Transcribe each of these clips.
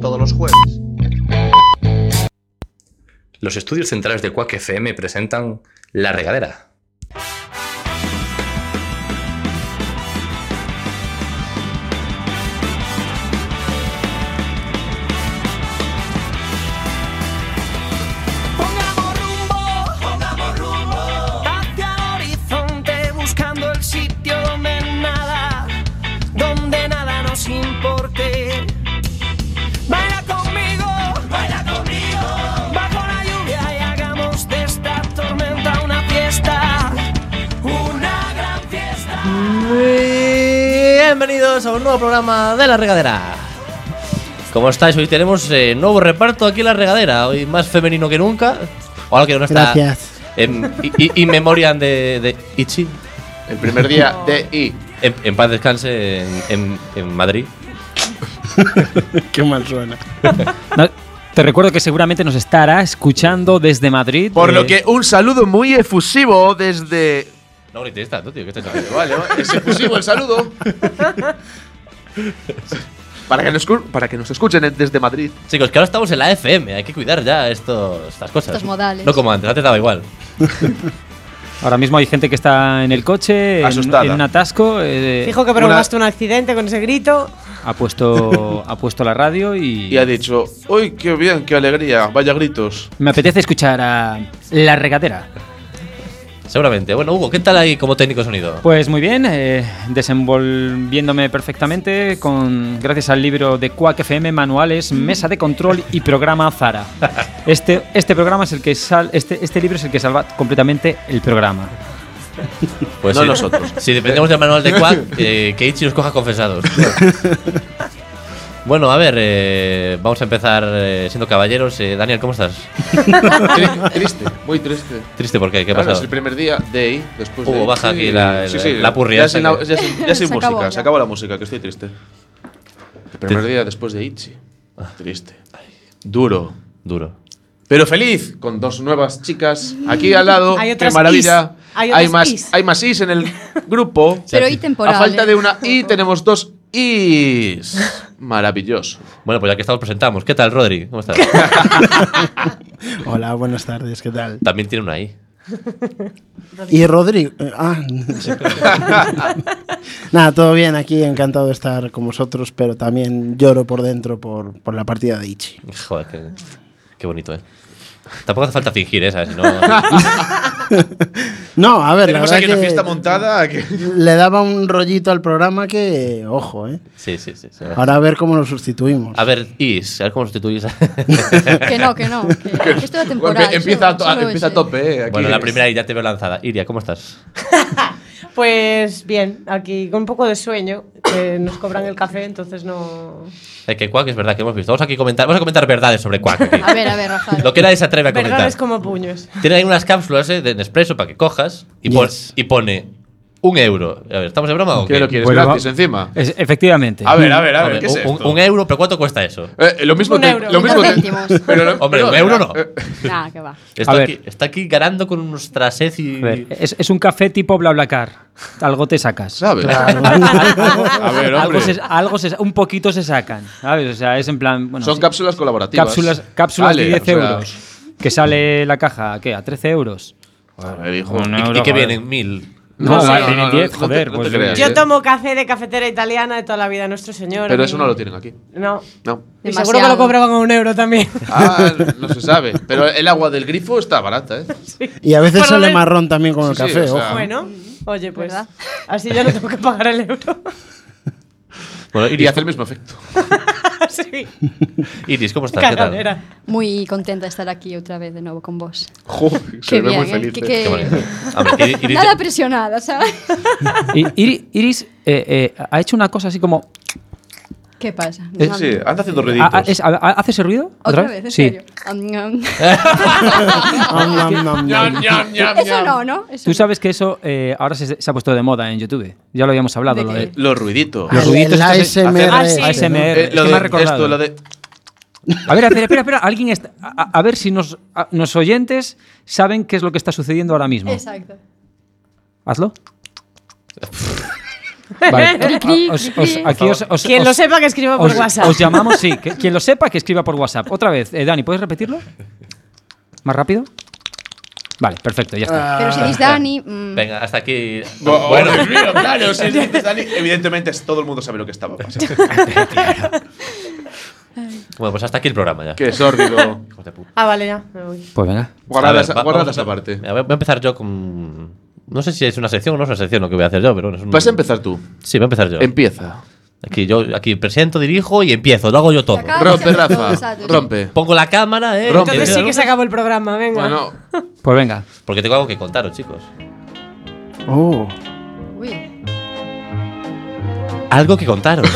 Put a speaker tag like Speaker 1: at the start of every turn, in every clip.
Speaker 1: todos los jueves.
Speaker 2: Los estudios centrales de Quack FM presentan La Regadera.
Speaker 3: Pongamos rumbo, pongamos rumbo hacia el horizonte, buscando el sitio donde nada, donde nada nos importe. Baila conmigo, baila conmigo, bajo la lluvia y hagamos de esta tormenta una fiesta, una gran fiesta.
Speaker 4: Bienvenidos a un nuevo programa de La Regadera. ¿Cómo estáis? Hoy tenemos eh, nuevo reparto aquí en La Regadera. Hoy más femenino que nunca. Ahora que no está.
Speaker 5: Gracias.
Speaker 4: En, y, y- y memoriam de, de Ichi.
Speaker 6: El primer día de I.
Speaker 4: En, en paz descanse en, en- en Madrid.
Speaker 5: Qué mal suena.
Speaker 7: No, te recuerdo que seguramente nos estará escuchando desde Madrid.
Speaker 6: Por lo
Speaker 7: eh,
Speaker 6: que un saludo muy efusivo desde.
Speaker 4: No grites tanto, tío. ¿Qué estás haciendo?
Speaker 6: Vale, es efusivo el saludo. Para que, nos, escu- para que nos escuchen desde Madrid.
Speaker 4: Chicos, que ahora estamos en la FM. Hay que cuidar ya estos, estas cosas.
Speaker 8: Estos modales.
Speaker 4: No como antes, antes daba igual.
Speaker 7: Ahora mismo hay gente que está en el coche, en-
Speaker 6: Asustada.
Speaker 7: En, un atasco. eh,
Speaker 9: Fijo que provocaste un accidente con ese grito.
Speaker 7: ha, puesto, ha puesto la radio y.
Speaker 6: Y ha dicho: ¡Uy, qué bien, qué alegría! Vaya gritos.
Speaker 7: Me apetece escuchar a La Regadera.
Speaker 4: Seguramente. Bueno, Hugo, ¿qué tal ahí como técnico de sonido?
Speaker 7: Pues muy bien, eh, desenvolviéndome perfectamente con gracias al libro de Quack FM, Manuales, Mesa de Control y Programa Zara. Este, este programa es el que sal, este, este libro es el que salva completamente el programa.
Speaker 4: Pues
Speaker 6: No
Speaker 4: sí.
Speaker 6: nosotros.
Speaker 4: Si dependemos del manual de Quack, eh, que Ichi nos coja confesados. Bueno, a ver, eh, vamos a empezar eh, siendo caballeros. Eh, Daniel, ¿cómo estás?
Speaker 6: Tri- triste, muy triste.
Speaker 4: Triste porque, ¿qué ha
Speaker 6: Claro, es
Speaker 4: pasado?
Speaker 6: el primer día de I. Después de
Speaker 4: Hugo,
Speaker 6: I.
Speaker 4: baja aquí la- la purria
Speaker 6: Ya
Speaker 4: esa
Speaker 6: sin, la-
Speaker 4: que-
Speaker 6: ya sin- ya sin
Speaker 8: Se
Speaker 6: música,
Speaker 8: acabó ya.
Speaker 6: se acaba la música, que estoy triste. El primer día después de Ichi.
Speaker 4: Ah.
Speaker 6: Triste. Duro.
Speaker 4: Duro.
Speaker 6: Pero feliz, con dos nuevas chicas aquí al lado.
Speaker 9: Hay
Speaker 6: ¡Qué
Speaker 9: otras
Speaker 6: maravilla!
Speaker 9: is. Hay otras
Speaker 6: más,
Speaker 9: is.
Speaker 6: hay más is en el grupo.
Speaker 8: Pero ¿eh? y
Speaker 6: A
Speaker 8: temporales.
Speaker 6: falta de una i tenemos dos is. Maravilloso.
Speaker 4: Bueno, pues ya que estamos, presentamos. ¿Qué tal, Rodri? ¿Cómo estás?
Speaker 5: Hola, buenas tardes, ¿qué tal?
Speaker 4: También tiene una ahí.
Speaker 5: Y Rodrigo. eh, Ah, sí. Nada, todo bien aquí, encantado de estar con vosotros, pero también lloro por dentro por, por la partida de Ichi.
Speaker 4: Joder, qué, qué bonito, ¿eh? Tampoco hace falta fingir, ¿eh? ¿Sabes? Si no-
Speaker 5: No, a ver, la
Speaker 6: tenemos
Speaker 5: verdad
Speaker 6: aquí una
Speaker 5: que
Speaker 6: fiesta montada. que-
Speaker 5: Le daba un rollito al programa que, ojo, ¿eh?
Speaker 4: Sí, sí, sí. sí.
Speaker 5: Ahora a ver cómo lo sustituimos.
Speaker 4: A ver, Is, a ver cómo sustituís. a-
Speaker 8: Que no, que no. Que, que esto era
Speaker 6: Bueno,
Speaker 8: temporal.
Speaker 6: empieza a,
Speaker 8: solo-
Speaker 6: to-
Speaker 8: solo
Speaker 6: empieza a
Speaker 8: ese.
Speaker 6: tope. eh, aquí.
Speaker 4: bueno, la primera I ya te veo lanzada. Iria, ¿cómo estás?
Speaker 9: Pues bien, aquí con un poco de sueño, que nos cobran el café, entonces no.
Speaker 4: Eh, que Quack es verdad que hemos visto. Vamos aquí a comentar, vamos a comentar verdades sobre Quack. aquí.
Speaker 8: A ver, a ver, Rafael.
Speaker 4: Lo que nadie se atreve a comentar.
Speaker 9: Verdades como puños.
Speaker 4: Tiene ahí unas cápsulas eh, de Nespresso para que cojas y, pon-
Speaker 5: Yes.
Speaker 4: y pone un euro. A ver, ¿estamos de broma o qué?
Speaker 6: ¿Qué lo quieres
Speaker 7: Bueno,
Speaker 6: gratis
Speaker 7: Pues va-
Speaker 6: encima?
Speaker 7: Es- efectivamente.
Speaker 6: A ver, a ver, a
Speaker 4: A
Speaker 6: ver.
Speaker 4: ver,
Speaker 6: ¿Qué es
Speaker 4: un,
Speaker 6: esto?
Speaker 4: un e- euro, pero ¿cuánto cuesta eso?
Speaker 6: Eh, lo mismo
Speaker 9: Un
Speaker 6: te-
Speaker 9: euro.
Speaker 6: Lo mismo
Speaker 8: Dos
Speaker 6: te-
Speaker 8: céntimos.
Speaker 6: pero lo-
Speaker 4: Hombre,
Speaker 6: pero-
Speaker 4: un euro no.
Speaker 6: eh,
Speaker 8: Nah, que va.
Speaker 4: Está,
Speaker 7: A ver.
Speaker 4: aquí, está aquí ganando con unos trases y.
Speaker 7: A ver, es, es un café tipo BlaBlaCar. Algo te sacas.
Speaker 6: ¿Sabes? A ver,
Speaker 7: Algo,
Speaker 6: hombre.
Speaker 7: se- algo se- un poquito se sacan, ¿sabes? O sea, es en plan. bueno,
Speaker 6: Son
Speaker 7: sí.
Speaker 6: cápsulas colaborativas.
Speaker 7: cápsulas, cápsulas
Speaker 6: Vale,
Speaker 7: de 10
Speaker 6: o sea,
Speaker 7: euros. Que sale la caja, ¿qué? ¿A 13 euros?
Speaker 6: a ver, hijo.
Speaker 7: Un
Speaker 4: y- y,
Speaker 7: euro,
Speaker 4: que
Speaker 7: joder.
Speaker 4: vienen mil.
Speaker 7: No,
Speaker 6: No,
Speaker 7: vale,
Speaker 6: no,
Speaker 7: tienen
Speaker 6: no,
Speaker 7: 10,
Speaker 6: no te-
Speaker 7: joder.
Speaker 6: no te
Speaker 7: pues
Speaker 6: creas,
Speaker 7: bien.
Speaker 6: eh.
Speaker 9: Yo tomo café de cafetera italiana de toda la vida, nuestro señor.
Speaker 6: Pero
Speaker 9: y-
Speaker 6: eso no lo tienen aquí.
Speaker 9: No.
Speaker 6: No.
Speaker 9: Y
Speaker 8: Demasiado.
Speaker 9: seguro que lo cobraban a un euro también.
Speaker 6: Ah, no se sabe. Pero el agua del grifo está barata, ¿eh?
Speaker 5: Y a veces
Speaker 9: Por lo
Speaker 5: sale
Speaker 9: menos-
Speaker 5: marrón también con el
Speaker 6: Sí, sí,
Speaker 5: café,
Speaker 6: o sea-
Speaker 5: ojo.
Speaker 9: Bueno, oye, pues.
Speaker 8: ¿Verdad?
Speaker 9: Así ya no tengo que pagar el euro.
Speaker 4: Bueno,
Speaker 6: Y
Speaker 4: Iris,
Speaker 6: hace el mismo efecto.
Speaker 9: sí,
Speaker 4: Iris, ¿cómo estás? ¿Qué tal?
Speaker 9: cagadera.
Speaker 8: Muy contenta de estar aquí otra vez de nuevo con vos.
Speaker 6: Joder, se
Speaker 8: Qué
Speaker 6: ve
Speaker 8: bien,
Speaker 6: muy
Speaker 8: ¿eh?
Speaker 6: feliz.
Speaker 8: Que-
Speaker 6: ¿eh?
Speaker 8: que-
Speaker 4: Qué bonito. A ver, Iris- Iris-
Speaker 8: Nada presionada, ¿sabes?
Speaker 7: I- Iri- Iris eh, eh, ha hecho una cosa así como.
Speaker 8: ¿Qué pasa?
Speaker 7: Eh,
Speaker 8: Am-
Speaker 6: Sí, anda haciendo
Speaker 7: Ah, ah,
Speaker 6: ruiditos.
Speaker 7: es- ah, ah, ¿Hace ese ruido?
Speaker 8: ¿Otra vez? ¿En
Speaker 7: sí.
Speaker 8: serio? Am, am.
Speaker 5: Nom, nom, nom, nom.
Speaker 8: Eso no, ¿no? Eso
Speaker 7: Tú
Speaker 8: no.
Speaker 7: sabes que eso eh, ahora se, se ha puesto de moda en YouTube. Ya lo habíamos hablado.
Speaker 8: ¿De
Speaker 7: Lo
Speaker 8: qué?
Speaker 7: de
Speaker 6: Los ruiditos.
Speaker 7: Los
Speaker 5: El-
Speaker 7: ruiditos
Speaker 5: el
Speaker 7: estos de-
Speaker 5: ASMR,
Speaker 9: Ah, sí.
Speaker 5: este, ¿no?
Speaker 7: ASMR.
Speaker 6: Eh,
Speaker 7: Ah, es
Speaker 6: lo
Speaker 7: que me ha
Speaker 6: de
Speaker 7: recordado.
Speaker 6: esto, lo de.
Speaker 7: A ver, a ver, espera, espera. Alguien está- a, a- a ver si nos, a- nos oyentes saben qué es lo que está sucediendo ahora mismo.
Speaker 8: Exacto.
Speaker 7: Hazlo. Vale. Ah,
Speaker 8: cri,
Speaker 7: Os-
Speaker 8: cri,
Speaker 7: os-
Speaker 8: cri.
Speaker 7: aquí os- os-
Speaker 9: Quien
Speaker 7: os-
Speaker 9: lo sepa que escriba por
Speaker 7: os-
Speaker 9: WhatsApp.
Speaker 7: Os llamamos, sí. que- quien lo sepa que escriba por WhatsApp. Otra vez, eh, Dani, ¿puedes repetirlo? ¿Más rápido? Vale, perfecto, ya
Speaker 4: Ah.
Speaker 7: está.
Speaker 8: Pero si dices Dani. mm,
Speaker 4: Venga, hasta aquí.
Speaker 6: Bueno, claro, si dices Dani, evidentemente es- todo el mundo sabe lo que estaba pasando.
Speaker 4: Bueno, pues hasta aquí el programa ya.
Speaker 6: oh. Qué sórdido.
Speaker 4: Hijos de puta.
Speaker 9: Ah, vale, ya, me voy.
Speaker 7: Pues venga.
Speaker 6: Guardadas,
Speaker 4: A ver, va-
Speaker 6: guardadas
Speaker 4: vamos a-
Speaker 6: aparte.
Speaker 4: Mira, Voy voy a empezar yo con. No sé si es una sección o no es una sección lo que voy a hacer yo, pero bueno, es un-
Speaker 6: Vas a empezar Em- tú.
Speaker 4: Sí, voy a empezar yo.
Speaker 6: Empieza.
Speaker 4: Aquí yo aquí presento, dirijo y empiezo, lo hago yo todo.
Speaker 8: Acá. Ah,
Speaker 6: Rompe,
Speaker 8: exacto,
Speaker 6: Rafa.
Speaker 8: exacto.
Speaker 6: Rompe.
Speaker 4: Pongo la cámara, eh.
Speaker 6: Rompe.
Speaker 9: Entonces sí que se acabó el programa, venga.
Speaker 6: Bueno,
Speaker 7: Pues venga.
Speaker 4: Porque tengo algo que contaros, chicos.
Speaker 5: Oh.
Speaker 8: Uy.
Speaker 4: Algo que contaros.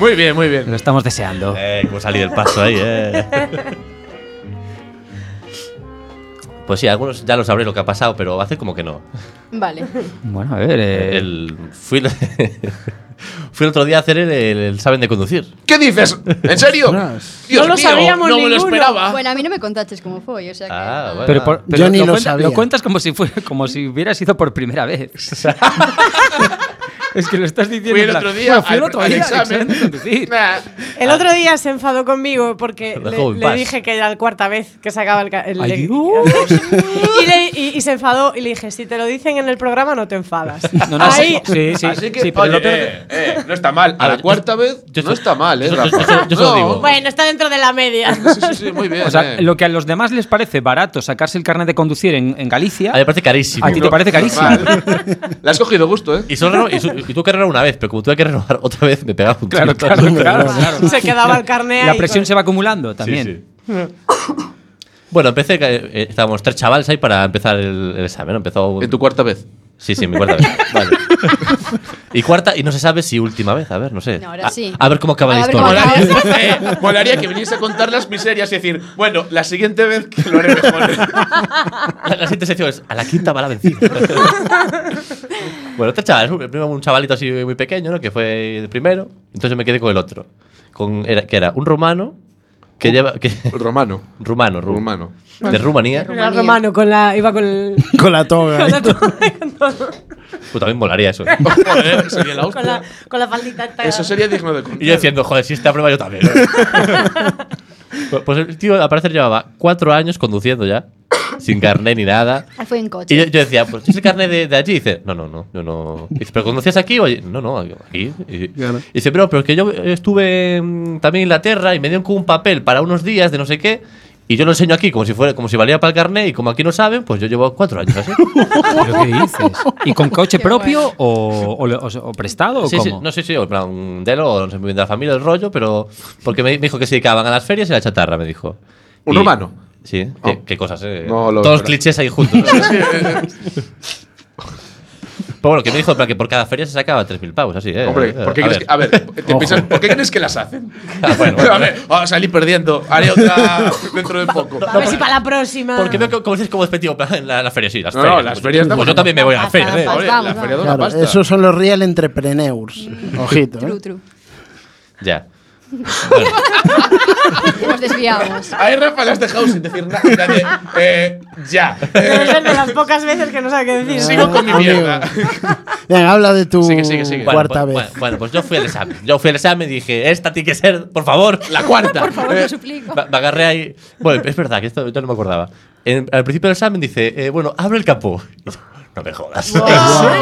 Speaker 6: muy bien, muy bien.
Speaker 7: Lo estamos deseando.
Speaker 4: eh, cómo salí del paso ahí, eh. Pues sí, algunos ya lo sabréis lo que ha pasado, pero hace como que no.
Speaker 8: Vale.
Speaker 7: Bueno, a ver. eh,
Speaker 4: El, fui, el- fui el otro día a hacer el, el Saben de Conducir.
Speaker 6: ¿Qué dices? ¿En serio?
Speaker 5: Ostras.
Speaker 6: Dios
Speaker 9: No lo
Speaker 6: mío,
Speaker 9: sabíamos
Speaker 6: no me lo
Speaker 9: ninguno.
Speaker 6: esperaba.
Speaker 8: Bueno, a mí no me contaches cómo fue, o sea que.
Speaker 4: Ah, bueno.
Speaker 7: pero por- pero
Speaker 5: ni lo
Speaker 7: cuenta-
Speaker 5: sabía.
Speaker 7: Lo cuentas como si, fuera, como si hubieras ido por primera vez. es que lo estás diciendo.
Speaker 6: Fui
Speaker 7: en
Speaker 6: el
Speaker 7: plan,
Speaker 6: otro
Speaker 7: "Bueno,
Speaker 6: día
Speaker 7: fui el
Speaker 6: al-
Speaker 7: otro
Speaker 6: al
Speaker 7: día al
Speaker 6: examen".
Speaker 7: examen de conducir.
Speaker 6: Nah.
Speaker 9: El
Speaker 7: ah.
Speaker 9: otro día se enfadó conmigo porque
Speaker 4: Lo
Speaker 9: le,
Speaker 4: dejó en
Speaker 9: le
Speaker 4: paz.
Speaker 9: dije que era la cuarta vez que sacaba el... ca- el-
Speaker 7: Ay,
Speaker 9: le-
Speaker 7: Dios.
Speaker 9: y, le- y- y se enfadó y le dije, si te lo dicen en el programa no te enfadas.
Speaker 7: No, no,
Speaker 9: Ahí,
Speaker 7: sí, sí, sí,
Speaker 6: Así que,
Speaker 7: sí, pero
Speaker 6: oye,
Speaker 7: lo peor-
Speaker 6: eh, eh, no está mal. A
Speaker 4: A
Speaker 6: la
Speaker 4: ver, yo-
Speaker 6: cuarta vez,
Speaker 4: yo
Speaker 6: no
Speaker 4: so-
Speaker 6: está mal, ¿eh,
Speaker 4: yo so-
Speaker 6: Rafa?
Speaker 4: yo so- yo se lo
Speaker 6: No.
Speaker 4: digo.
Speaker 9: bueno, está dentro de la media.
Speaker 6: Sí, sí, sí, muy bien.
Speaker 7: O sea,
Speaker 6: eh.
Speaker 7: lo que a los demás les parece barato sacarse el carnet de conducir en, en Galicia,
Speaker 4: A mí Ah, me parece carísimo.
Speaker 7: a ti te
Speaker 6: No,
Speaker 7: parece carísimo.
Speaker 6: normal. Le has cogido gusto, ¿eh?
Speaker 4: Y, solo reno- y su- y tuve que renovar una vez, pero como tuve que renovar otra vez, me pegaba un tiro.
Speaker 7: Claro, claro, claro.
Speaker 9: se quedaba el carné
Speaker 7: La
Speaker 9: ahí
Speaker 7: presión
Speaker 9: con-
Speaker 7: se va acumulando también.
Speaker 4: Bueno, empecé, que, eh, estábamos tres chavales ahí para empezar el, el examen. Empezó.
Speaker 6: En tu cuarta vez.
Speaker 4: Sí, sí, mi cuarta vez. Vale. Y cuarta, y no se sabe si última vez, a ver, no sé.
Speaker 8: No, ahora
Speaker 4: A-
Speaker 8: sí.
Speaker 4: A, ver cómo acaba
Speaker 8: A
Speaker 4: la
Speaker 8: ver
Speaker 4: historia.
Speaker 8: cómo acaba.
Speaker 6: Eh, molaría que viniese a contar las miserias y decir, bueno, la siguiente vez que lo haré mejor.
Speaker 4: La, la siguiente sección es: a la quinta va la vencida. bueno, este tres chavales. Primero un chavalito así muy pequeño, ¿no? Que fue el primero. Entonces yo me quedé con el otro. Con, era, que era un romano que lleva. Que,
Speaker 6: Romano.
Speaker 4: rumano, ru-
Speaker 6: Rumano.
Speaker 4: De Rumanía.
Speaker 9: Era romano, con la, iba con el...
Speaker 5: Con la toga.
Speaker 9: Con la,
Speaker 4: Pues también molaría eso.
Speaker 6: Joder, sería la
Speaker 9: con la,
Speaker 6: hostia.
Speaker 9: con la faldita esta.
Speaker 6: Eso sería digno de contar.
Speaker 4: Y yo diciendo, joder, si esta prueba yo también. pues el tío, al parecer, llevaba cuatro años conduciendo ya, sin carnet ni nada.
Speaker 8: Ah, Fue en
Speaker 4: Y
Speaker 8: coche.
Speaker 4: yo, yo decía, pues es el carnet de, de allí. Y dice, no, no, no, yo no. Y dice, ¿pero conducías aquí? o allí?". no, no, aquí. Y,
Speaker 5: Claro.
Speaker 4: y dice, pero, pero es que yo estuve mm, también en Inglaterra y me dieron como un papel para unos días de no sé qué. Y yo lo enseño aquí como si fuera, como si valía para el carnet y como aquí no saben, pues yo llevo cuatro años así.
Speaker 7: ¿Pero qué dices? ¿Y con coche
Speaker 8: Qué
Speaker 7: propio o, o lo- o- o prestado o
Speaker 4: Sí, sí,
Speaker 7: cómo?
Speaker 4: no sé si en plan, un delo o no sé muy bien de la familia del rollo, pero porque me, me dijo que se dedicaban a las ferias y a la chatarra, me dijo.
Speaker 6: ¿Un
Speaker 4: Y-
Speaker 6: romano? Oh.
Speaker 4: Sí, qué, qué cosas, eh.
Speaker 6: No lo-
Speaker 4: Todos los clichés ahí juntos. ¿no? pero bueno, que me dijo en plan, que por cada feria se sacaba 3.000 pavos, así, eh.
Speaker 6: Hombre,
Speaker 4: Eh,
Speaker 6: ¿por qué,
Speaker 4: a
Speaker 6: crees
Speaker 4: ver.
Speaker 6: que, a ver, te piensas- ¿por qué crees que las hacen?
Speaker 4: Ah, bueno, bueno.
Speaker 6: A ver, oh, salí perdiendo, haré otra dentro de poco.
Speaker 9: A ver si para la próxima.
Speaker 4: Porque veo que como dices como despectivo en plan, la, la feria, sí, las
Speaker 6: No, no,
Speaker 4: ferias.
Speaker 6: las
Speaker 4: Pues-
Speaker 6: ferias
Speaker 4: Pues
Speaker 6: damos-
Speaker 4: yo también me voy a las ferias, eh.
Speaker 8: Vamos,
Speaker 6: Joder,
Speaker 8: vamos,
Speaker 6: la feria de una
Speaker 5: Claro,
Speaker 6: pasta.
Speaker 5: esos son los real entrepreneurs. Ojito. ¿eh?
Speaker 8: True, true.
Speaker 4: Ya.
Speaker 8: Nos desviamos.
Speaker 6: Ahí Rafa las has dejado sin decir nada. Nadie, eh, ya.
Speaker 9: Debe
Speaker 6: Eh,
Speaker 9: ser de las pocas veces que no sabe qué decir.
Speaker 6: sigo con mi
Speaker 5: Amigo.
Speaker 6: mierda.
Speaker 5: Venga, habla de tu
Speaker 6: Sigue, sigue, sigue.
Speaker 4: Bueno,
Speaker 5: cuarta
Speaker 4: pues,
Speaker 5: vez.
Speaker 4: bueno, bueno, pues yo fui al examen. Yo fui al examen y dije, esta tiene que ser, por favor, la cuarta. Eh,
Speaker 8: Por favor, lo suplico.
Speaker 4: Me me agarré ahí. Bueno, es verdad que esto yo no me acordaba. En- al principio del examen dice, eh, bueno, abre el capó. Y yo, No me jodas.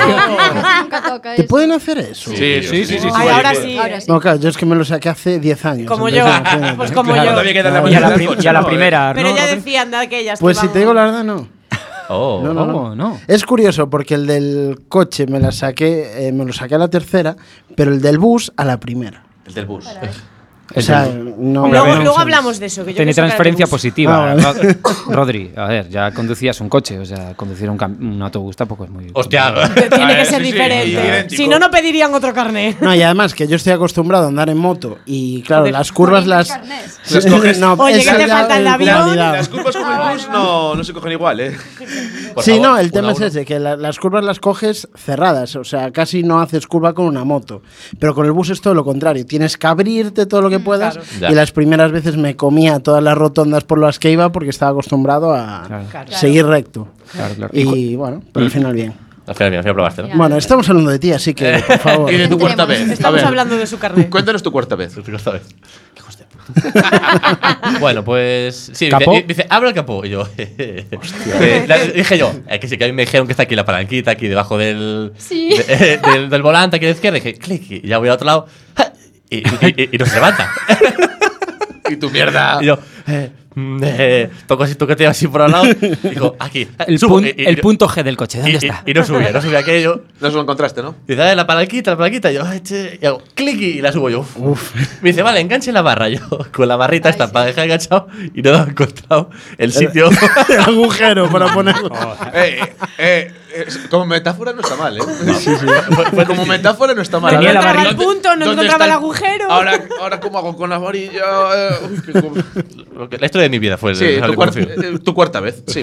Speaker 8: Nunca toca
Speaker 5: ¿Te
Speaker 8: eso.
Speaker 5: pueden hacer eso?
Speaker 6: Sí, sí, sí. sí,
Speaker 9: Ay, ahora sí. eh.
Speaker 8: Ahora sí.
Speaker 5: No, claro, yo es que me lo saqué hace 10 años.
Speaker 9: Como
Speaker 5: entonces,
Speaker 9: yo.
Speaker 5: imagínate.
Speaker 9: Pues como
Speaker 7: Claro.
Speaker 9: yo.
Speaker 6: Todavía queda la
Speaker 7: Y a la,
Speaker 6: mañana
Speaker 7: prim-
Speaker 6: del coche, ¿eh?
Speaker 7: y a la
Speaker 6: ¿no?
Speaker 7: primera,
Speaker 9: Pero
Speaker 7: ¿no?
Speaker 9: ya
Speaker 7: Rafa?
Speaker 9: decían de aquellas. que
Speaker 5: Pues si te digo
Speaker 9: vamos.
Speaker 5: la verdad, no.
Speaker 4: Oh,
Speaker 5: No, no,
Speaker 7: ¿Cómo? No.
Speaker 5: Es curioso porque el del coche me, la saqué, eh, me lo saqué a la tercera, pero el del bus a la primera.
Speaker 6: El del bus.
Speaker 5: O sea, no,
Speaker 9: Luego,
Speaker 5: no
Speaker 9: luego
Speaker 5: sé.
Speaker 9: hablamos de eso. Que yo
Speaker 7: Tiene
Speaker 9: quiero sacar el
Speaker 7: transferencia
Speaker 9: bus.
Speaker 7: positiva.
Speaker 5: Ah, vale.
Speaker 7: Rod- Rodri, a ver, ya conducías un coche, o sea, conducir un, cam- un autobús tampoco es muy.
Speaker 4: Hostia.
Speaker 9: Tiene
Speaker 6: A
Speaker 9: que
Speaker 6: ver,
Speaker 9: ser
Speaker 6: sí, sí,
Speaker 9: diferente.
Speaker 6: idéntico.
Speaker 9: si no, no pedirían otro carné.
Speaker 5: No, y además que yo estoy acostumbrado a andar en moto y claro,
Speaker 9: Joder,
Speaker 5: las curvas las...
Speaker 8: Carnés.
Speaker 6: Las coges.
Speaker 5: No,
Speaker 9: Oye,
Speaker 5: esa
Speaker 9: ¿qué te
Speaker 5: es la
Speaker 9: falta el avión?
Speaker 5: realidad.
Speaker 6: Las culpas con el bus no, no se cogen igual, ¿eh?
Speaker 4: Por
Speaker 5: Sí,
Speaker 4: favor,
Speaker 5: no,
Speaker 4: una
Speaker 5: el
Speaker 4: a
Speaker 5: tema es
Speaker 4: uno.
Speaker 5: ese, que la- las curvas las coges cerradas, o sea, casi no haces curva con una moto, pero con el bus es todo lo contrario, tienes que abrirte todo
Speaker 7: Mm,
Speaker 5: lo que puedas
Speaker 4: Ya.
Speaker 5: y las primeras veces me comía todas las rotondas por las que iba porque estaba acostumbrado a
Speaker 7: Claro.
Speaker 5: seguir recto.
Speaker 7: Claro, claro.
Speaker 5: Y bueno, pero al final bien.
Speaker 4: Al final, mira, al final probaste, ¿no?
Speaker 8: Ya.
Speaker 5: Bueno, estamos hablando de ti, así que, por favor.
Speaker 6: Y de tu cuarta vez. A
Speaker 9: Estamos
Speaker 6: ver,
Speaker 9: hablando de su carnet.
Speaker 6: Cuéntanos tu cuarta vez.
Speaker 4: Tú lo sabes. bueno, pues. Sí,
Speaker 7: ¿Capó?
Speaker 4: dice, dice, abre el capó. Y yo. eh, la- dije yo, eh, que sí, que a mí me dijeron que está aquí la palanquita, aquí debajo del.
Speaker 8: Sí.
Speaker 4: de- eh, del, del volante, aquí a la izquierda. Dije, clic, y ya voy al otro lado. ¡ja! Y, y, y- y no se levanta.
Speaker 6: Y tu mierda.
Speaker 4: Y yo, eh, mm, eh, toco así, toqueteo así por al lado. Digo, aquí. eh,
Speaker 7: El,
Speaker 4: subo,
Speaker 7: pun-
Speaker 4: y- y-
Speaker 7: el punto G del coche, ¿dónde
Speaker 4: y- y-
Speaker 7: está?
Speaker 4: y no subía, no subía aquello.
Speaker 6: No se lo encontraste, ¿no?
Speaker 4: Dice, dale la palanquita, la palanquita. Y yo, "Ay, che", y hago clic y la subo yo. Me dice, vale, enganche la barra. Yo, con la barrita
Speaker 8: Ay,
Speaker 4: esta,
Speaker 8: sí.
Speaker 4: para dejar enganchado. Y no he encontrado el sitio.
Speaker 5: el agujero para ponerlo.
Speaker 6: Eh, eh, eh, como metáfora no está mal, ¿eh? como metáfora no está mal.
Speaker 7: Tenía
Speaker 6: A ver,
Speaker 7: la
Speaker 9: encontraba
Speaker 7: barriga.
Speaker 9: el punto, no
Speaker 6: ¿dónde
Speaker 9: encontraba
Speaker 6: está
Speaker 9: el agujero.
Speaker 6: Ahora, ahora ¿cómo hago con la varilla? Eh, uy, qué co-
Speaker 4: Lo que- la historia de mi vida fue el-
Speaker 6: sí,
Speaker 4: el
Speaker 6: tu, cuarta,
Speaker 4: conocido.
Speaker 6: eh, tu cuarta vez. Sí.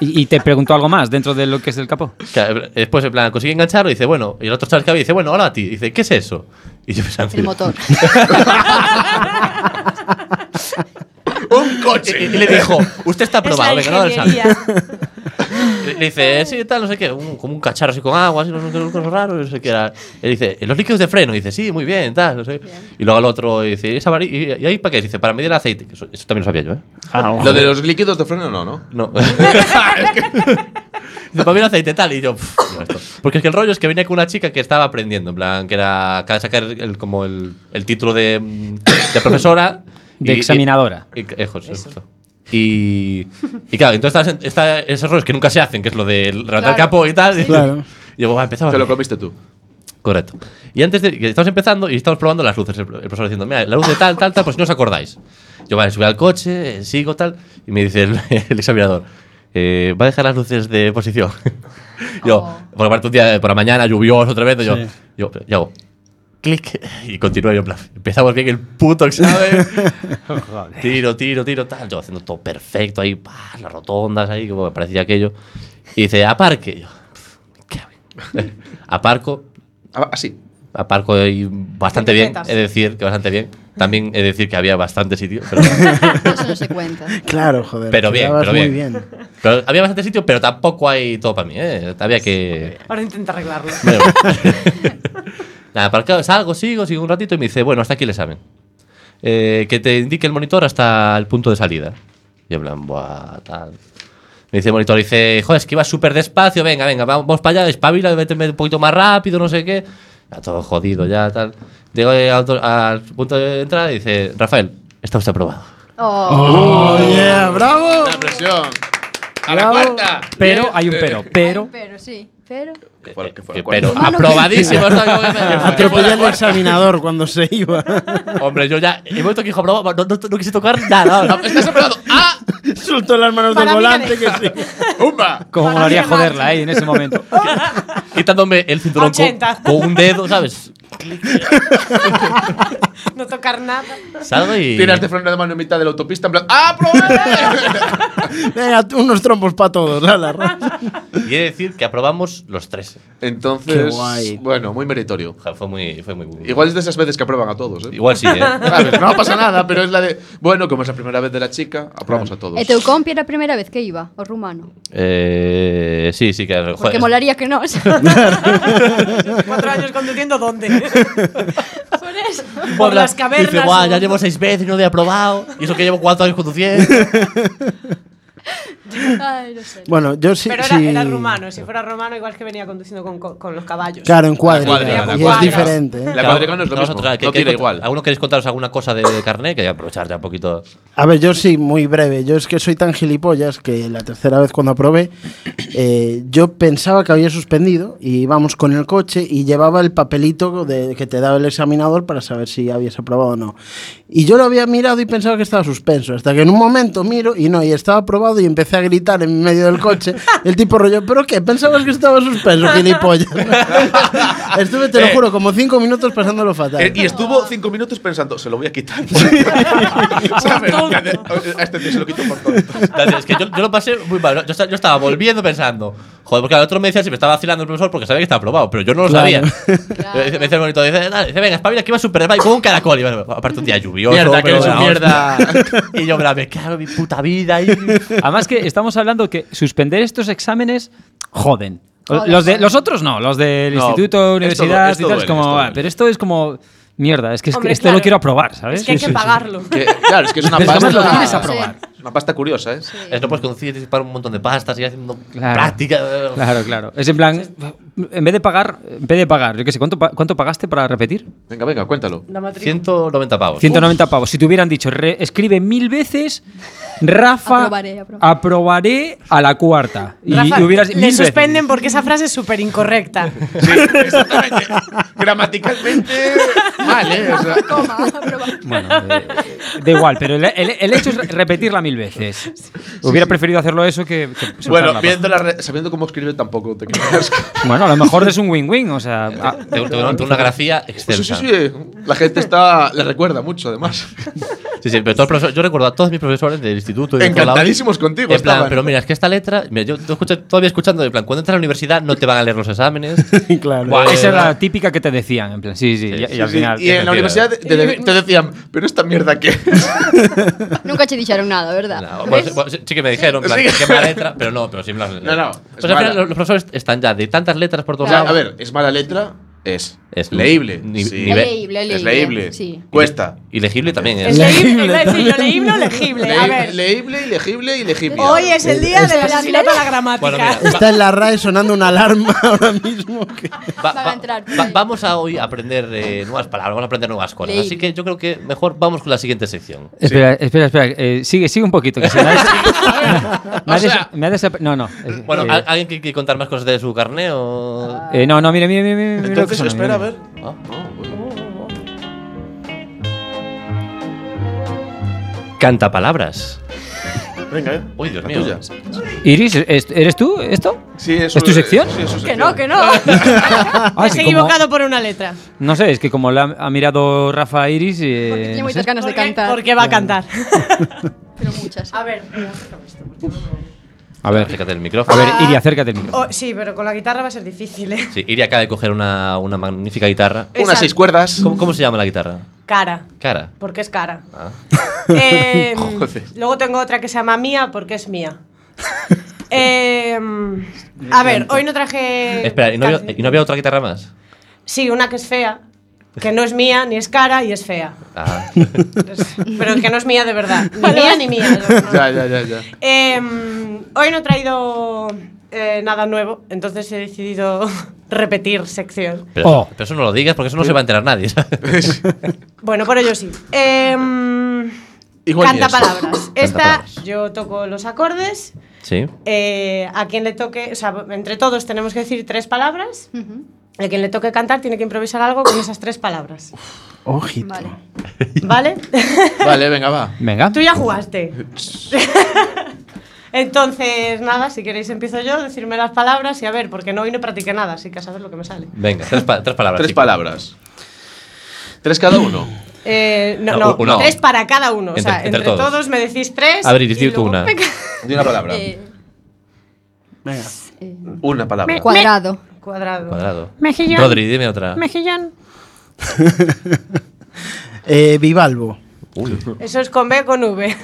Speaker 7: Y, y te preguntó algo más dentro de lo que es el capó.
Speaker 4: Claro, eh, Después, en plan, consigue engancharlo y dice, bueno. Y el otro chaval que había dice, bueno, hola a ti. Dice, ¿qué es eso? Y yo pensando.
Speaker 8: El motor.
Speaker 6: Un
Speaker 4: Y,
Speaker 6: coche.
Speaker 4: y le dijo, usted está
Speaker 9: Es la
Speaker 4: aprobado, venga, no lo sabe.
Speaker 9: ingeniería.
Speaker 4: Le le dice, "Eh, sí, tal, no sé qué, un- como un cacharro así con agua, así, no sé qué, unas cosas raras, no sé qué era. Él dice, los líquidos de freno, y dice, sí, muy bien, tal, no sé. Y luego el otro dice, ¿y, esa vari- y- y ahí para qué? Dice, para medir el aceite, que eso, eso también lo sabía yo, ¿eh?
Speaker 6: Lo de los líquidos de freno no, ¿no?
Speaker 4: No. dice, para medir el aceite, tal, y yo, "Pff, yo esto". Porque es que el rollo es que venía con una chica que estaba aprendiendo, en plan, que era, acaba de sacar el, como el, el título de, mm, de profesora.
Speaker 7: De
Speaker 4: y- y-
Speaker 7: examinadora.
Speaker 4: y, eh, joder, justo. Y, y claro, entonces estás- está- esos errores que nunca se hacen, que es lo de levantar el capo y tal. y-
Speaker 5: Claro.
Speaker 4: Y yo, "Buah, empezaba.
Speaker 6: Te lo comiste tú.
Speaker 4: Correcto. Y antes de. que estamos empezando y estamos probando las luces. El, el profesor diciendo, mira, la luz de tal, tal, tal, pues si no os acordáis. Yo, vale, subí al coche, eh, sigo, tal. Y me dice el, el examinador, "Eh, va a dejar las luces de posición. yo,
Speaker 8: Oh.
Speaker 4: por aparte, un día por la mañana, lluvioso, otra vez, yo, yo, y hago, clic, y continúo. Yo, en plan, empezamos bien el puto examen. tiro, tiro, tiro, tal. Yo haciendo todo perfecto ahí, pa, las rotondas ahí, como me parecía aquello. Y dice, aparque. Yo, "Qué bien". Aparco,
Speaker 6: Ah, Así.
Speaker 4: aparco ahí bastante bien,
Speaker 9: Bicicletas.
Speaker 4: es decir, que bastante bien. También he de decir que había bastante sitio, pero,
Speaker 8: Eso no se cuenta.
Speaker 5: Claro, joder.
Speaker 4: Pero bien,
Speaker 5: quedabas
Speaker 4: pero
Speaker 5: muy
Speaker 4: bien. pero había bastante sitio, pero tampoco hay todo para mí, ¿eh? Había que...
Speaker 9: Ahora intenta arreglarlo.
Speaker 4: Bueno. Nada, aparcado, salgo, sigo, sigo un ratito y me dice, bueno, hasta aquí el examen. Eh, que te indique el monitor hasta el punto de salida. Y en plan, buah, tal. Me dice el monitor, dice, joder, es que iba súper despacio, venga, venga, va- vamos para allá, espabila, vete un poquito más rápido, no sé qué. Ya todo jodido, ya tal. Llego eh, al, to- al punto de entrada y dice, Rafael, está usted aprobado.
Speaker 8: Oh,
Speaker 5: Oh, yeah, bravo.
Speaker 6: La presión. A la cuarta.
Speaker 7: Pero, hay un pero, pero.
Speaker 8: pero sí. Pero.
Speaker 6: Que fuera- que fuera
Speaker 4: Eh,
Speaker 6: cuarta.
Speaker 4: Pero
Speaker 8: Malo
Speaker 4: aprobadísimo.
Speaker 5: Atropellé al examinador cuando se iba.
Speaker 4: Hombre, yo ya he vuelto que dijo aprobado, no, no- no quise tocar nada. no,
Speaker 6: Estás aprobado. ¡Ah!
Speaker 5: Soltó las manos del
Speaker 9: Para mí
Speaker 5: volante que
Speaker 9: que
Speaker 5: sí.
Speaker 6: ¡Umba!
Speaker 7: Como
Speaker 9: Para
Speaker 7: molaría
Speaker 9: que marche.
Speaker 7: joderla ahí en ese momento.
Speaker 4: quitándome el cinturón con,
Speaker 9: 80.
Speaker 4: con un dedo, ¿sabes?
Speaker 9: No tocar nada.
Speaker 4: Salgo y.
Speaker 6: Tiras de freno de mano en mitad de la autopista. En plan, ¡Ah, aprobado!
Speaker 5: Venga, tú, unos trompos para todos. Lala.
Speaker 4: Quiere decir que aprobamos los tres.
Speaker 6: Entonces,
Speaker 5: Qué guay.
Speaker 6: bueno, muy meritorio.
Speaker 4: Joder, fue muy. Fue muy
Speaker 6: Igual es de esas veces que aprueban a todos, ¿eh?
Speaker 4: Igual sí, ¿eh?
Speaker 6: ¿Sabes? No pasa nada, pero es la de. Bueno, como es la primera vez de la chica, aprobamos a todos.
Speaker 8: E teu compi era a primeira vez que iba, o rumano.
Speaker 4: eh sí, sí, que.
Speaker 8: Porque
Speaker 4: Joder,
Speaker 8: molaría que nos.
Speaker 9: Cuatro años conduciendo, ¿dónde?
Speaker 8: Por eso.
Speaker 9: Por las cavernas.
Speaker 4: Dice, guau,
Speaker 9: o-
Speaker 4: ya llevo seis veces y no lo he aprobado. Y eso que llevo cuatro años conduciendo.
Speaker 8: Ay, no sé.
Speaker 5: Bueno, yo sí.
Speaker 9: Pero
Speaker 5: sí-
Speaker 9: era, era rumano. Si fuera romano, igual que venía conduciendo con, co- con los caballos.
Speaker 5: Claro, en cuadriga.
Speaker 6: La cuadriga, la
Speaker 5: y es
Speaker 9: cuadriga.
Speaker 5: diferente. ¿eh?
Speaker 6: La cuadriga no es lo
Speaker 4: Vamos a
Speaker 6: mismo.
Speaker 4: tocar,
Speaker 6: no
Speaker 4: que-
Speaker 6: tira
Speaker 4: que-
Speaker 6: igual.
Speaker 4: ¿Alguno queréis contaros alguna cosa de, de carnet? Que voy a aprovechar ya un poquito.
Speaker 5: A ver, yo sí, muy breve. Yo es que soy tan gilipollas que la tercera vez cuando aprobé, eh, yo pensaba que había suspendido y íbamos con el coche y llevaba el papelito de- que te daba el examinador para saber si habías aprobado o no. Y yo lo había mirado y pensaba que estaba suspenso, hasta que en un momento miro y no, y estaba aprobado y empecé a gritar en medio del coche. El tipo rollo, ¿pero qué? Pensabas que estaba suspenso, gilipollas. Estuve, te lo juro, como cinco minutos pasándolo fatal.
Speaker 6: Eh, y estuvo cinco minutos pensando, se lo voy a quitar. ¿Sabes? A este tío se lo quito por tonto.
Speaker 4: Gracias, es que yo, yo lo pasé muy mal. Yo, esta- yo estaba volviendo pensando. Joder, porque al otro me decía si me estaba vacilando el profesor porque sabía que estaba aprobado, pero yo no lo
Speaker 5: Claro.
Speaker 4: sabía. Me dice- Me dice el monitor, dice, "Dale", dice, venga, espabila que iba súper mal, como un caracol. Y bueno, aparte un día lluvioso.
Speaker 6: Mierda, que
Speaker 4: pero
Speaker 6: eres
Speaker 4: de la
Speaker 6: un mierda.
Speaker 4: hostia. Y yo, me claro, mi puta vida. Y...
Speaker 7: Además que estamos hablando que suspender estos exámenes joden.
Speaker 8: Joder,
Speaker 7: los, de,
Speaker 8: joder.
Speaker 7: los otros no, los del
Speaker 6: No,
Speaker 7: instituto,
Speaker 6: esto
Speaker 7: universidad
Speaker 6: du-
Speaker 7: y
Speaker 6: esto
Speaker 7: tal. Es
Speaker 6: duele,
Speaker 7: como,
Speaker 6: esto
Speaker 7: "Ah,
Speaker 6: duele".
Speaker 7: pero esto es como. Mierda, es que, es que
Speaker 9: Hombre,
Speaker 7: esto
Speaker 9: claro.
Speaker 7: lo quiero probar, ¿sabes?
Speaker 9: Es que hay que pagarlo.
Speaker 6: Que- claro, es que es una
Speaker 7: Pero
Speaker 6: pasta.
Speaker 7: además lo quieres
Speaker 8: Sí.
Speaker 7: aprobar.
Speaker 6: Es una pasta curiosa, ¿eh?
Speaker 4: Es no puedes conseguir para un montón de pastas y haciendo
Speaker 7: Claro.
Speaker 4: práctica.
Speaker 7: Claro, claro. Es en plan, en vez de pagar, en vez de pagar, yo qué sé, ¿cuánto, pa- cuánto pagaste para repetir?
Speaker 6: Venga, venga, cuéntalo.
Speaker 9: La matrícula.
Speaker 4: 190 pavos.
Speaker 7: 190 pavos. Si te hubieran dicho, re- escribe mil veces, Rafa,
Speaker 8: Aprobaré, aprobaré.
Speaker 7: aprobaré a la cuarta. Y,
Speaker 9: Rafa,
Speaker 7: y hubieras mil
Speaker 9: le
Speaker 7: veces.
Speaker 9: suspenden porque esa frase es súper incorrecta.
Speaker 6: Gramaticalmente. Mal, ¿eh? O sea,
Speaker 8: Coma, aprobar.
Speaker 7: Bueno, eh, da igual, pero el, el- el hecho es re- repetirla mil veces. Hubiera preferido hacerlo eso que. que soltar
Speaker 6: bueno,
Speaker 7: la
Speaker 6: viendo la re- sabiendo cómo escribe tampoco te creas.
Speaker 7: pasta. Bueno, a lo mejor es un win-win, o sea. ah,
Speaker 4: Te- te- te- una grafía
Speaker 6: Sí,
Speaker 4: excelsa.
Speaker 6: sí, sí. La gente está. Le recuerda mucho, además.
Speaker 4: Sí, sí, pero todos los profesores- yo recuerdo a todos mis profesores del instituto. y de otro lado,
Speaker 6: Encantadísimos contigo
Speaker 4: En plan,
Speaker 6: estaban.
Speaker 4: pero mira, es que esta letra. mira, yo te escuché- todavía escuchando, en plan, cuando entras a la universidad no te van a leer los exámenes.
Speaker 5: claro.
Speaker 4: Buah,
Speaker 7: esa era
Speaker 4: eh,
Speaker 7: la típica que te decían, en plan. Sí, sí,
Speaker 4: Sí,
Speaker 7: y, y
Speaker 4: sí,
Speaker 7: al
Speaker 6: Sí,
Speaker 7: final.
Speaker 6: y en
Speaker 4: mentira.
Speaker 6: la universidad te, te- te decían, pero esta mierda qué. es?".
Speaker 8: Nunca te dijeron nada, ¿verdad?
Speaker 4: no,
Speaker 8: ¿Ves?
Speaker 4: bueno, sí- bueno, sí, sí que me dijeron, en plan,
Speaker 6: Sí.
Speaker 4: qué mala letra, pero no, pero sí me las
Speaker 6: No, no,
Speaker 4: O sea,
Speaker 6: es
Speaker 4: al
Speaker 6: mala.
Speaker 4: final los, los profesores están ya de tantas letras por
Speaker 6: O
Speaker 4: todos
Speaker 6: sea,
Speaker 4: lados.
Speaker 6: a ver, es mala letra, es.
Speaker 4: Es
Speaker 6: leíble.
Speaker 4: ni-
Speaker 6: sí.
Speaker 4: nivel-
Speaker 8: Es leíble, es
Speaker 6: Es leíble.
Speaker 8: Sí.
Speaker 6: Cuesta.
Speaker 4: Ilegible también ¿eh?
Speaker 9: Es
Speaker 4: es.
Speaker 9: leíble, iba a decir, lo leíble o legible. A
Speaker 6: Leí-
Speaker 9: ver,
Speaker 6: leíble, ilegible y legible.
Speaker 9: hoy es el día del
Speaker 8: Espera,
Speaker 9: asesinato a la gramática.
Speaker 4: Bueno, mira,
Speaker 5: Está en la RAE sonando una alarma ahora mismo. que-
Speaker 4: pues, Va-
Speaker 8: Van a
Speaker 4: va-
Speaker 8: entrar,
Speaker 4: va-
Speaker 8: sí.
Speaker 4: vamos a hoy aprender eh, nuevas palabras, vamos a aprender nuevas cosas.
Speaker 8: Leíble.
Speaker 4: Así que yo creo que mejor vamos con la siguiente sección.
Speaker 7: Espera, espera, espera. eh, sigue, sigue un poquito. Que se me ha des- me ha des- me ha desap- No, no. eh,
Speaker 4: Bueno,
Speaker 7: eh,
Speaker 4: ¿al- ¿alguien que quiere contar más cosas de su carné o...?
Speaker 8: Ah.
Speaker 7: eh, no, no, mire, mire, mire. mire, mire lo que
Speaker 6: Entonces,
Speaker 7: suena,
Speaker 6: espera,
Speaker 7: mire.
Speaker 6: a ver.
Speaker 4: Ah. Canta palabras.
Speaker 6: Venga, eh.
Speaker 4: Uy, Dios
Speaker 6: La
Speaker 4: mío.
Speaker 6: tuya.
Speaker 7: Iris, ¿es- ¿eres tú esto?
Speaker 6: Sí,
Speaker 7: ¿Es tu sección?
Speaker 6: sí, es su
Speaker 9: Que
Speaker 6: sección.
Speaker 9: no, que no.
Speaker 7: Ah,
Speaker 9: Me
Speaker 7: sí,
Speaker 9: he
Speaker 7: como-
Speaker 9: equivocado por una letra.
Speaker 7: No sé, es que como la ha mirado Rafa a Iris. eh,
Speaker 8: Porque tiene
Speaker 7: no
Speaker 8: muchas
Speaker 7: sé.
Speaker 8: ganas de
Speaker 9: Porque-
Speaker 8: cantar.
Speaker 9: Porque va a cantar.
Speaker 8: Pero muchas.
Speaker 9: A ver.
Speaker 7: A ver,
Speaker 4: Acércate del micrófono.
Speaker 7: a ver, Iris, acércate al micrófono.
Speaker 9: Oh, sí, pero con la guitarra va a ser difícil, ¿eh?
Speaker 4: Sí, Iri acaba de coger una, una magnífica guitarra.
Speaker 9: Exacto.
Speaker 6: Unas seis cuerdas.
Speaker 4: ¿Cómo, cómo se llama la guitarra?
Speaker 9: Cara.
Speaker 4: Cara.
Speaker 9: Porque es cara.
Speaker 4: Ah.
Speaker 9: Eh,
Speaker 6: Joder.
Speaker 9: luego tengo otra que se llama Mía porque es mía. Eh, a ver, hoy no traje.
Speaker 4: Espera, ¿y no, había,
Speaker 9: canciones.
Speaker 4: y no había otra guitarra más?
Speaker 9: Sí, una que es fea, que no es mía, ni es cara y es fea.
Speaker 4: Ah.
Speaker 9: Pero que no es mía de verdad. Ni mía ni mía.
Speaker 6: Ya, ya, ya, ya.
Speaker 9: Eh, hoy no he traído eh, nada nuevo, entonces he decidido repetir sección.
Speaker 4: Pero, eso-
Speaker 7: Oh.
Speaker 4: pero eso no lo digas porque eso no se va a enterar nadie. ¿sabes?
Speaker 9: Bueno, por ello sí. Eh,
Speaker 6: Igual ni
Speaker 9: canta
Speaker 6: eso.
Speaker 9: palabras. Esta,
Speaker 4: palabras.
Speaker 9: yo toco los acordes.
Speaker 4: sí.
Speaker 9: eh, a quien le toque, o sea, entre todos tenemos que decir tres palabras.
Speaker 8: Ujú,
Speaker 9: A quien le toque cantar tiene que improvisar algo con esas tres palabras.
Speaker 5: Ojito.
Speaker 8: Vale.
Speaker 9: ¿Vale?
Speaker 6: Vale, venga, va.
Speaker 7: Venga.
Speaker 9: Tú ya jugaste. Entonces, nada, si queréis empiezo yo, decirme las palabras y a ver, porque no hoy no practiqué nada, así que a saber lo que me sale.
Speaker 4: Venga, tres, pa- tres palabras.
Speaker 6: Tres
Speaker 4: chicos.
Speaker 6: palabras. Tres cada uno.
Speaker 9: Eh, no,
Speaker 4: No,
Speaker 9: no,
Speaker 4: una.
Speaker 9: tres para cada uno. o sea,
Speaker 4: Entre-
Speaker 9: entre,
Speaker 4: entre
Speaker 9: todos.
Speaker 4: todos.
Speaker 9: me decís tres.
Speaker 4: A ver, Iris,
Speaker 9: y
Speaker 4: di tú
Speaker 9: luego-
Speaker 4: una.
Speaker 6: Di una palabra.
Speaker 8: Eh,
Speaker 5: Venga.
Speaker 8: eh,
Speaker 6: Una palabra.
Speaker 8: cuadrado.
Speaker 9: Cuadrado.
Speaker 4: Cuadrado.
Speaker 9: Mejillón.
Speaker 4: Rodri, dime otra.
Speaker 9: Mejillón.
Speaker 5: Eh, Vivalvo.
Speaker 4: Uy.
Speaker 9: Eso es con B con V.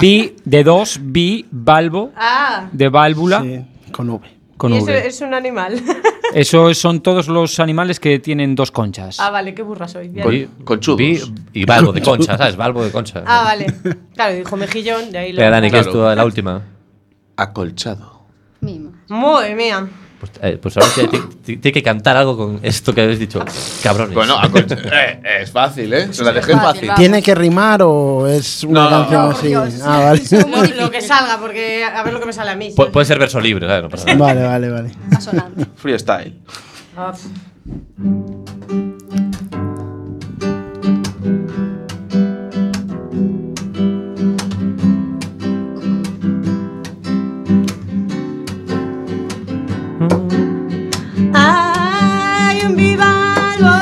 Speaker 7: Vi de dos, vi, valvo,
Speaker 9: ah.
Speaker 7: de válvula,
Speaker 5: Sí, con V.
Speaker 7: con
Speaker 9: y eso
Speaker 7: V.
Speaker 9: es un animal.
Speaker 7: Esos son todos los animales que tienen dos conchas.
Speaker 9: ah, vale, qué burra soy. bien.
Speaker 4: Vi-
Speaker 6: conchudos.
Speaker 4: vi- y valvo de concha, ¿sabes? Valvo de concha.
Speaker 9: Ah, vale. Claro, dijo mejillón, de ahí lo.
Speaker 4: Venga, Dani, que
Speaker 6: claro.
Speaker 4: es tu- la última.
Speaker 6: Acolchado.
Speaker 8: Mimo.
Speaker 9: Madre mía.
Speaker 4: Pues, eh, pues ahora tiene- tiene tiene que cantar algo con esto que habéis dicho. Cabrones.
Speaker 7: Pues
Speaker 6: Bueno, acolchado. es fácil, ¿eh? Se la dejé
Speaker 8: fácil,
Speaker 6: fácil.
Speaker 8: va.
Speaker 5: ¿Tiene que rimar o es una
Speaker 6: No, no,
Speaker 5: canción
Speaker 8: no, por
Speaker 5: así?
Speaker 8: Dios.
Speaker 5: Ah, vale.
Speaker 9: Lo, lo que salga, porque a ver lo que me sale a mí.
Speaker 4: Pu- puede ser verso libre, ¿sabes? No pasa nada.
Speaker 5: vale, vale, vale.
Speaker 8: Asonante.
Speaker 6: Freestyle.
Speaker 9: Ah, Hay un bivalvo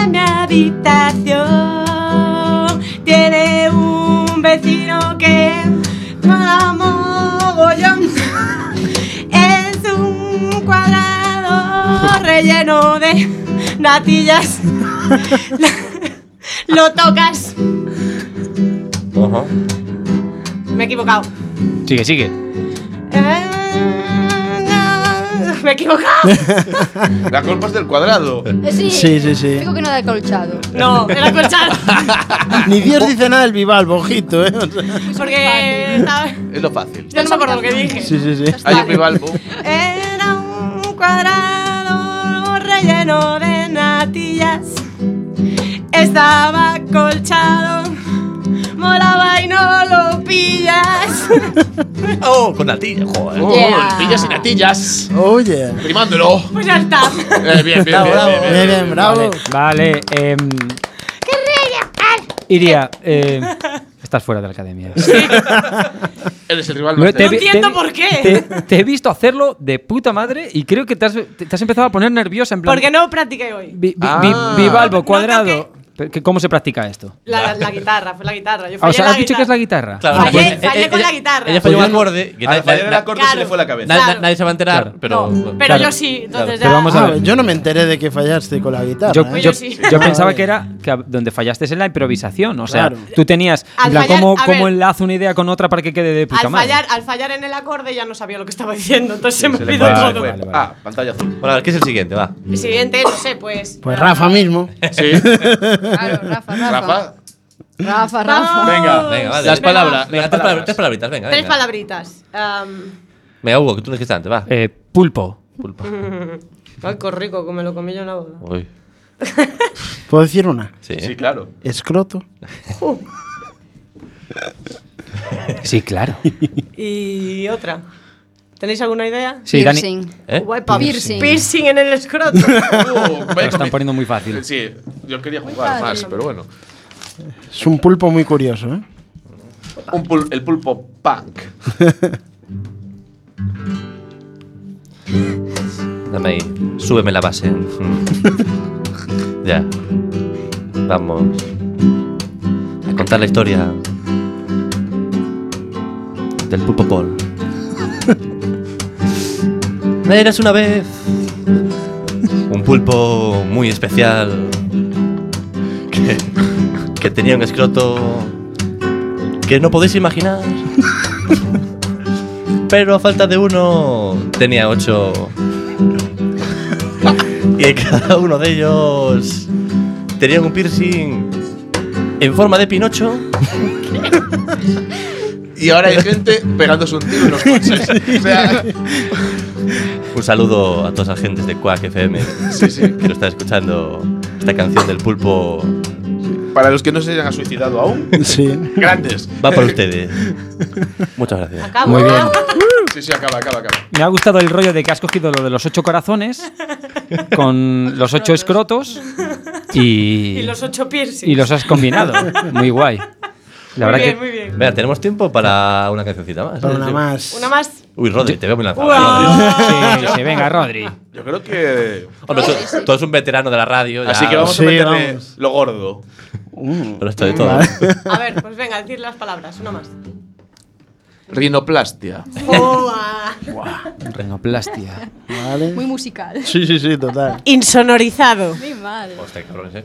Speaker 9: en mi habitación. Tiene un vecino que mola mogollón. Es un cuadrado relleno de natillas. Lo tocas.
Speaker 4: Ojo.
Speaker 9: Me he equivocado.
Speaker 7: Sigue, sigue.
Speaker 9: Eh, me he equivocado.
Speaker 6: La culpa es del cuadrado.
Speaker 8: Eh, Sí,
Speaker 5: Sí, sí, sí.
Speaker 8: Digo que no da colchado.
Speaker 9: No, era colchado.
Speaker 5: Ni Dios dice nada del Vivalvo, ojito, ¿eh? O sea,
Speaker 9: Porque estaba-
Speaker 6: Es lo fácil.
Speaker 9: Yo no me acuerdo lo que dije.
Speaker 5: sí, sí, sí.
Speaker 6: Hay un bivalvo.
Speaker 9: Era un cuadrado relleno de natillas. Estaba colchado. Molaba y no lo pillas.
Speaker 4: ¡Oh! Con natilla, joder.
Speaker 6: Oh,
Speaker 8: Yeah.
Speaker 6: Pillas y natillas.
Speaker 5: Oye.
Speaker 6: Primándolo.
Speaker 9: Pues ya está.
Speaker 6: Eh, bien, bien, bien, bien, bien,
Speaker 5: Bien, bien, bravo.
Speaker 7: Vale, eh.
Speaker 9: Ah.
Speaker 7: Iría, eh, estás fuera de la academia.
Speaker 6: Eres el rival
Speaker 7: No
Speaker 6: más
Speaker 7: te vi-
Speaker 6: débil.
Speaker 9: entiendo
Speaker 7: te vi-
Speaker 9: por qué.
Speaker 7: Te, te he visto hacerlo de puta madre y creo que te has, te- te has empezado a poner nerviosa en plan.
Speaker 9: Porque no practiqué hoy.
Speaker 7: Vi- vi-
Speaker 6: Ah.
Speaker 7: vi- Bivalvo,
Speaker 9: No,
Speaker 7: cuadrado.
Speaker 9: no,
Speaker 7: Pero que- ¿Cómo se practica esto?
Speaker 9: La, la guitarra, fue la guitarra. Yo
Speaker 7: Ah, o
Speaker 9: fallé
Speaker 7: sea,
Speaker 9: la
Speaker 7: has dicho que es la
Speaker 9: guitarra.
Speaker 7: guitarra.
Speaker 4: Claro,
Speaker 9: Fallé-
Speaker 4: pues, eh,
Speaker 9: fallé
Speaker 4: eh,
Speaker 9: con la
Speaker 4: ella-
Speaker 9: guitarra.
Speaker 4: Ella falló un
Speaker 5: Pues yo-
Speaker 4: acorde que
Speaker 6: Al
Speaker 4: na-
Speaker 6: fallar el
Speaker 4: na-
Speaker 6: acorde se le fue la cabeza.
Speaker 4: na- na-
Speaker 9: Claro.
Speaker 4: nadie se va a enterar,
Speaker 7: Claro.
Speaker 4: pero.
Speaker 9: No, pero
Speaker 7: Claro.
Speaker 9: yo sí, entonces
Speaker 4: Claro.
Speaker 9: ya.
Speaker 7: Pero vamos a
Speaker 5: Ah,
Speaker 7: ver.
Speaker 5: yo no me enteré de que fallaste con la guitarra.
Speaker 7: Yo,
Speaker 5: ¿eh?
Speaker 7: yo-
Speaker 9: Yo sí.
Speaker 7: yo pensaba
Speaker 5: Vale.
Speaker 7: que era que a- donde fallaste es en la improvisación. O sea,
Speaker 5: Claro.
Speaker 7: tú tenías
Speaker 9: Al
Speaker 7: en plan,
Speaker 9: fallar-
Speaker 7: cómo,
Speaker 9: a
Speaker 7: cómo
Speaker 9: ver.
Speaker 7: enlazo una idea con otra para que quede de puta
Speaker 9: al,
Speaker 7: madre.
Speaker 9: fallar, al fallar en el acorde ya no sabía lo que estaba diciendo, entonces se me
Speaker 6: Se le
Speaker 9: olvidó
Speaker 6: fue, se
Speaker 9: todo.
Speaker 6: le fue.
Speaker 7: Vale, vale.
Speaker 6: Ah, pantalla azul.
Speaker 4: Bueno, a ver, ¿qué es el siguiente? Va.
Speaker 9: El siguiente, no sé, pues.
Speaker 5: Pues Rafa mismo.
Speaker 6: Sí.
Speaker 8: Claro, Rafa, Rafa.
Speaker 6: Rafa.
Speaker 8: Rafa,
Speaker 9: Vamos.
Speaker 8: Rafa.
Speaker 6: Venga.
Speaker 4: Venga, vale.
Speaker 6: Las palabras.
Speaker 4: Venga,
Speaker 6: las
Speaker 4: tres, palabras.
Speaker 6: palabras.
Speaker 4: tres palabritas, venga.
Speaker 9: Tres
Speaker 4: venga.
Speaker 9: palabritas. Am,
Speaker 4: Venga, Hugo, que tú lo dijiste antes, va.
Speaker 7: Eh, pulpo.
Speaker 4: Pulpa.
Speaker 9: ay, qué rico, que me lo comí yo en la boda.
Speaker 4: Uy.
Speaker 5: ¿Puedo decir una?
Speaker 4: Sí.
Speaker 6: Sí, claro.
Speaker 5: Escroto.
Speaker 7: Sí, claro.
Speaker 9: Y otra. ¿Tenéis alguna idea?
Speaker 7: Sí, Dani.
Speaker 8: Piercing.
Speaker 4: ¿Eh?
Speaker 9: Guay, pa-
Speaker 8: Piercing.
Speaker 9: Piercing en el escroto.
Speaker 6: Uh,
Speaker 7: Te
Speaker 6: vaya
Speaker 7: lo están
Speaker 6: comi-
Speaker 7: poniendo muy fácil.
Speaker 6: Sí, yo quería jugar más, pero bueno.
Speaker 5: Es un pulpo muy curioso, ¿eh?
Speaker 6: Un pul- el pulpo punk.
Speaker 4: Dame ahí. Súbeme la base. ya. Vamos. A contar la historia. Del pulpo Paul. Eras una vez. Un pulpo muy especial. Que, que tenía un escroto. Que no podéis imaginar. Pero a falta de uno. Tenía ocho y cada uno de ellos tenía un piercing en forma de Pinocho.
Speaker 6: Y ahora hay gente pegándose un tiro en los coches. O sea,
Speaker 4: Un saludo a todos los agentes de Quack FM
Speaker 6: sí, sí.
Speaker 4: que nos están escuchando esta canción del pulpo.
Speaker 6: Para los que no se hayan suicidado aún,
Speaker 5: Sí.
Speaker 6: grandes.
Speaker 4: Va por ustedes. Muchas gracias.
Speaker 9: Acabo.
Speaker 7: Muy bien.
Speaker 6: Sí, sí, acaba, acaba, acaba.
Speaker 7: Me ha gustado el rollo de que has cogido lo de los ocho corazones con los ocho escrotos y,
Speaker 9: Y los ocho piercings.
Speaker 7: y los has combinado. Muy guay. La
Speaker 9: muy
Speaker 7: verdad
Speaker 9: bien,
Speaker 7: que
Speaker 9: muy bien.
Speaker 4: Mira, tenemos tiempo para una cancioncita más. ¿eh?
Speaker 5: Para una más.
Speaker 9: Una más.
Speaker 4: Uy, Rodri, te veo muy lanzado. Rodri.
Speaker 9: Uau.
Speaker 7: Sí, sí, venga, Rodri.
Speaker 6: Yo creo que.
Speaker 4: Hombre, tú, tú eres un veterano de la radio. ya.
Speaker 6: Así que vamos
Speaker 5: Sí,
Speaker 6: a meterle
Speaker 5: vamos.
Speaker 6: lo gordo.
Speaker 5: Mm.
Speaker 4: Pero esto de todo.
Speaker 9: A ver, pues venga, decir las palabras. Una más.
Speaker 6: Rinoplastia.
Speaker 9: Boa.
Speaker 7: Renoplastia.
Speaker 5: Vale.
Speaker 8: Muy musical.
Speaker 5: Sí, sí, sí, total.
Speaker 9: Insonorizado.
Speaker 8: Muy mal.
Speaker 4: Hostia, cabrones, eh.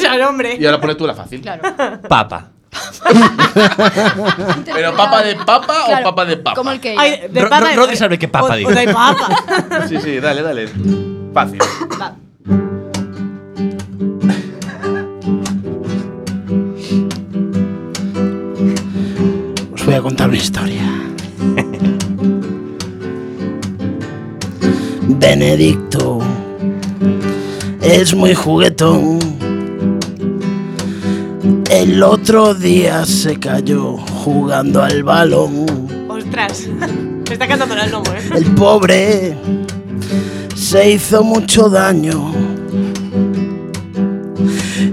Speaker 9: ya, el hombre.
Speaker 6: Y ahora pone tú la fácil.
Speaker 8: Claro.
Speaker 4: Papa.
Speaker 6: ¿Pero papa de papa
Speaker 8: Claro,
Speaker 6: o papa de papa?
Speaker 8: Como el que.
Speaker 9: Ay, de
Speaker 4: Ro-
Speaker 9: papa-
Speaker 4: Ro- Rodri sabe qué papa
Speaker 9: o-
Speaker 4: digo.
Speaker 9: o de papa.
Speaker 6: Sí, sí, dale, dale. Fácil.
Speaker 9: Va.
Speaker 5: Os voy a contar una historia. Benedicto es muy juguetón. El otro día se cayó jugando al balón.
Speaker 9: Ostras. Me está cantando el lomo, ¿eh?
Speaker 5: El pobre se hizo mucho daño.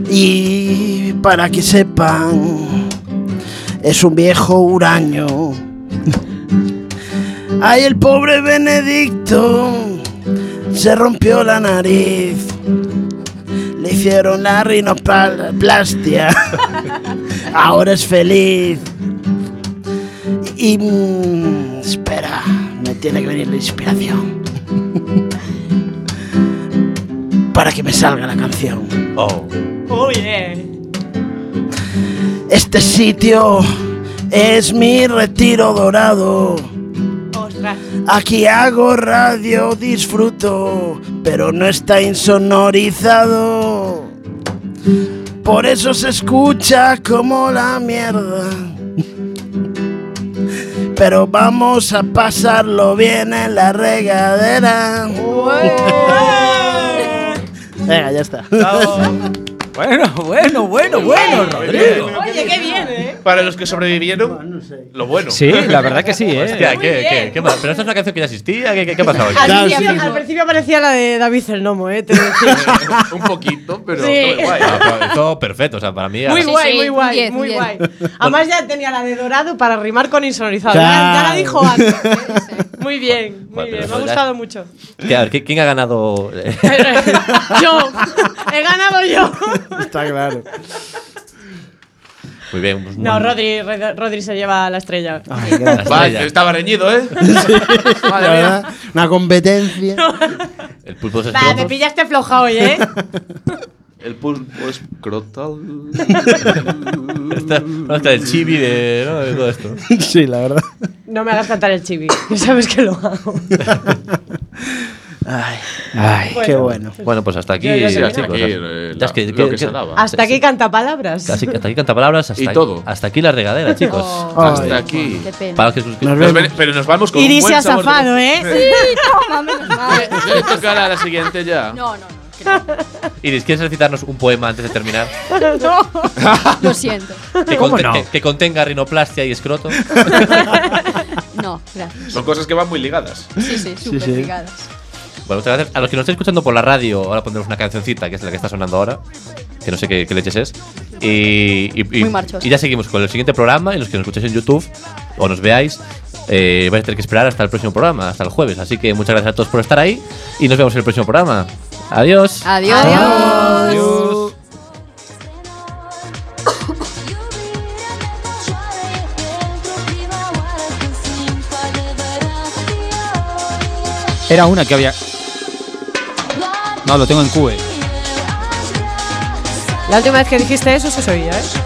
Speaker 5: Y para que sepan, es un viejo huraño. Ay, el pobre Benedicto se rompió la nariz. Le hicieron la rinoplastia. Ahora es feliz. Y mm, espera, me tiene que venir la inspiración. Para que me salga la canción.
Speaker 4: Oh.
Speaker 9: Oh, yeah.
Speaker 5: Este sitio es mi retiro dorado.
Speaker 9: Ostras. Claro.
Speaker 5: Aquí hago radio, disfruto, pero no está insonorizado. Por eso se escucha como la mierda. Pero vamos a pasarlo bien en la regadera. Venga, ya está.
Speaker 7: Bueno, bueno, bueno, bueno, Rodrigo.
Speaker 9: Oye, qué bien, ¿eh?
Speaker 6: Para los que sobrevivieron, lo bueno.
Speaker 7: Sí, la verdad que sí,
Speaker 4: Hostia,
Speaker 7: ¿eh?
Speaker 4: ¿qué,
Speaker 9: bien.
Speaker 4: qué, qué mal? Pero esta es una canción que ya existía. ¿Qué, qué, qué ha pasado aquí?
Speaker 9: Al,
Speaker 5: Claro,
Speaker 9: principio,
Speaker 5: sí.
Speaker 9: al principio parecía la de David el Nomo, ¿eh? Te lo decía.
Speaker 6: Un poquito, pero
Speaker 9: Sí.
Speaker 6: todo guay.
Speaker 4: Ah, pero Todo perfecto. O sea, para mí.
Speaker 9: Muy
Speaker 4: ahora-
Speaker 8: Sí,
Speaker 9: guay,
Speaker 8: sí,
Speaker 9: muy
Speaker 8: un
Speaker 9: guay,
Speaker 8: 10, un
Speaker 9: muy
Speaker 8: 10.
Speaker 9: guay. Además ya tenía la de dorado para rimar con insonorizado. Ya, ya
Speaker 5: Claro.
Speaker 9: la dijo antes. ¿eh? Muy bien, muy
Speaker 4: Bueno,
Speaker 9: bien.
Speaker 4: pero
Speaker 9: Me ha
Speaker 4: eso ya-
Speaker 9: gustado mucho.
Speaker 4: Que, a ver, ¿qui- ¿quién ha ganado? eh?
Speaker 9: yo, he ganado yo.
Speaker 5: Está claro.
Speaker 4: Muy bien. pues,
Speaker 9: No,
Speaker 4: muy-
Speaker 9: Rodri, Rod- Rodri se lleva la estrella.
Speaker 4: la estrella.
Speaker 6: Vaya, estaba reñido, ¿eh?
Speaker 5: La verdad, Una competencia.
Speaker 4: El pulpo de
Speaker 9: Va, me pillaste floja hoy, ¿eh?
Speaker 6: El pulpo escrotal.
Speaker 4: Está el chibi de, ¿no? de todo esto.
Speaker 5: Sí, la verdad.
Speaker 9: No me hagas cantar el chibi, que sabes que lo hago.
Speaker 5: Ay,
Speaker 7: Ay.
Speaker 5: qué bueno.
Speaker 4: Bueno, pues hasta aquí,
Speaker 9: Ya, ya terminó.
Speaker 4: chicos.
Speaker 6: Aquí,
Speaker 4: hasta-
Speaker 6: eh,
Speaker 4: ya es
Speaker 6: la-
Speaker 4: que-
Speaker 6: lo que se
Speaker 4: que-
Speaker 6: daba.
Speaker 9: Hasta aquí canta palabras.
Speaker 4: Así que hasta aquí Cantapalabras, hasta,
Speaker 6: Y todo.
Speaker 4: hasta aquí la regadera, chicos.
Speaker 9: Oh,
Speaker 5: Ay.
Speaker 6: Hasta aquí.
Speaker 8: Qué pena.
Speaker 4: Para los que suscribáis.
Speaker 5: Nos
Speaker 6: Nos
Speaker 5: vemos.
Speaker 6: ven- pero nos vamos con un
Speaker 9: Iris se
Speaker 6: buen
Speaker 9: ha
Speaker 6: sabor de boca.
Speaker 9: zafado, ¿eh?
Speaker 8: Sí, toma, menos mal.
Speaker 6: Eh, tocar a la siguiente ya.
Speaker 8: No, no, no.
Speaker 4: Iris, ¿quieres recitarnos un poema antes de terminar?
Speaker 8: No. Lo siento.
Speaker 4: Que,
Speaker 7: ¿Cómo
Speaker 4: conte-
Speaker 7: no?
Speaker 4: que- que contenga rinoplastia y escroto.
Speaker 8: No, gracias.
Speaker 6: Son cosas que van muy ligadas.
Speaker 8: Sí, sí, súper
Speaker 5: sí.
Speaker 8: ligadas.
Speaker 4: Bueno, muchas gracias. A los que nos estáis escuchando por la radio, ahora pondremos una cancioncita, que es la que está sonando ahora, que no sé qué, qué leches es. Y, y- y-
Speaker 8: Muy marchosa.
Speaker 4: y ya seguimos con el siguiente programa. Y los que nos escuchéis en YouTube o nos veáis, eh, vais a tener que esperar hasta el próximo programa, hasta el jueves. Así que muchas gracias a todos por estar ahí y nos vemos en el próximo programa. Adiós.
Speaker 8: Ah. Adiós.
Speaker 7: Adiós. Era una que había. No, lo tengo en E. QE.
Speaker 9: La última vez que dijiste eso se os oía, ¿eh?
Speaker 5: E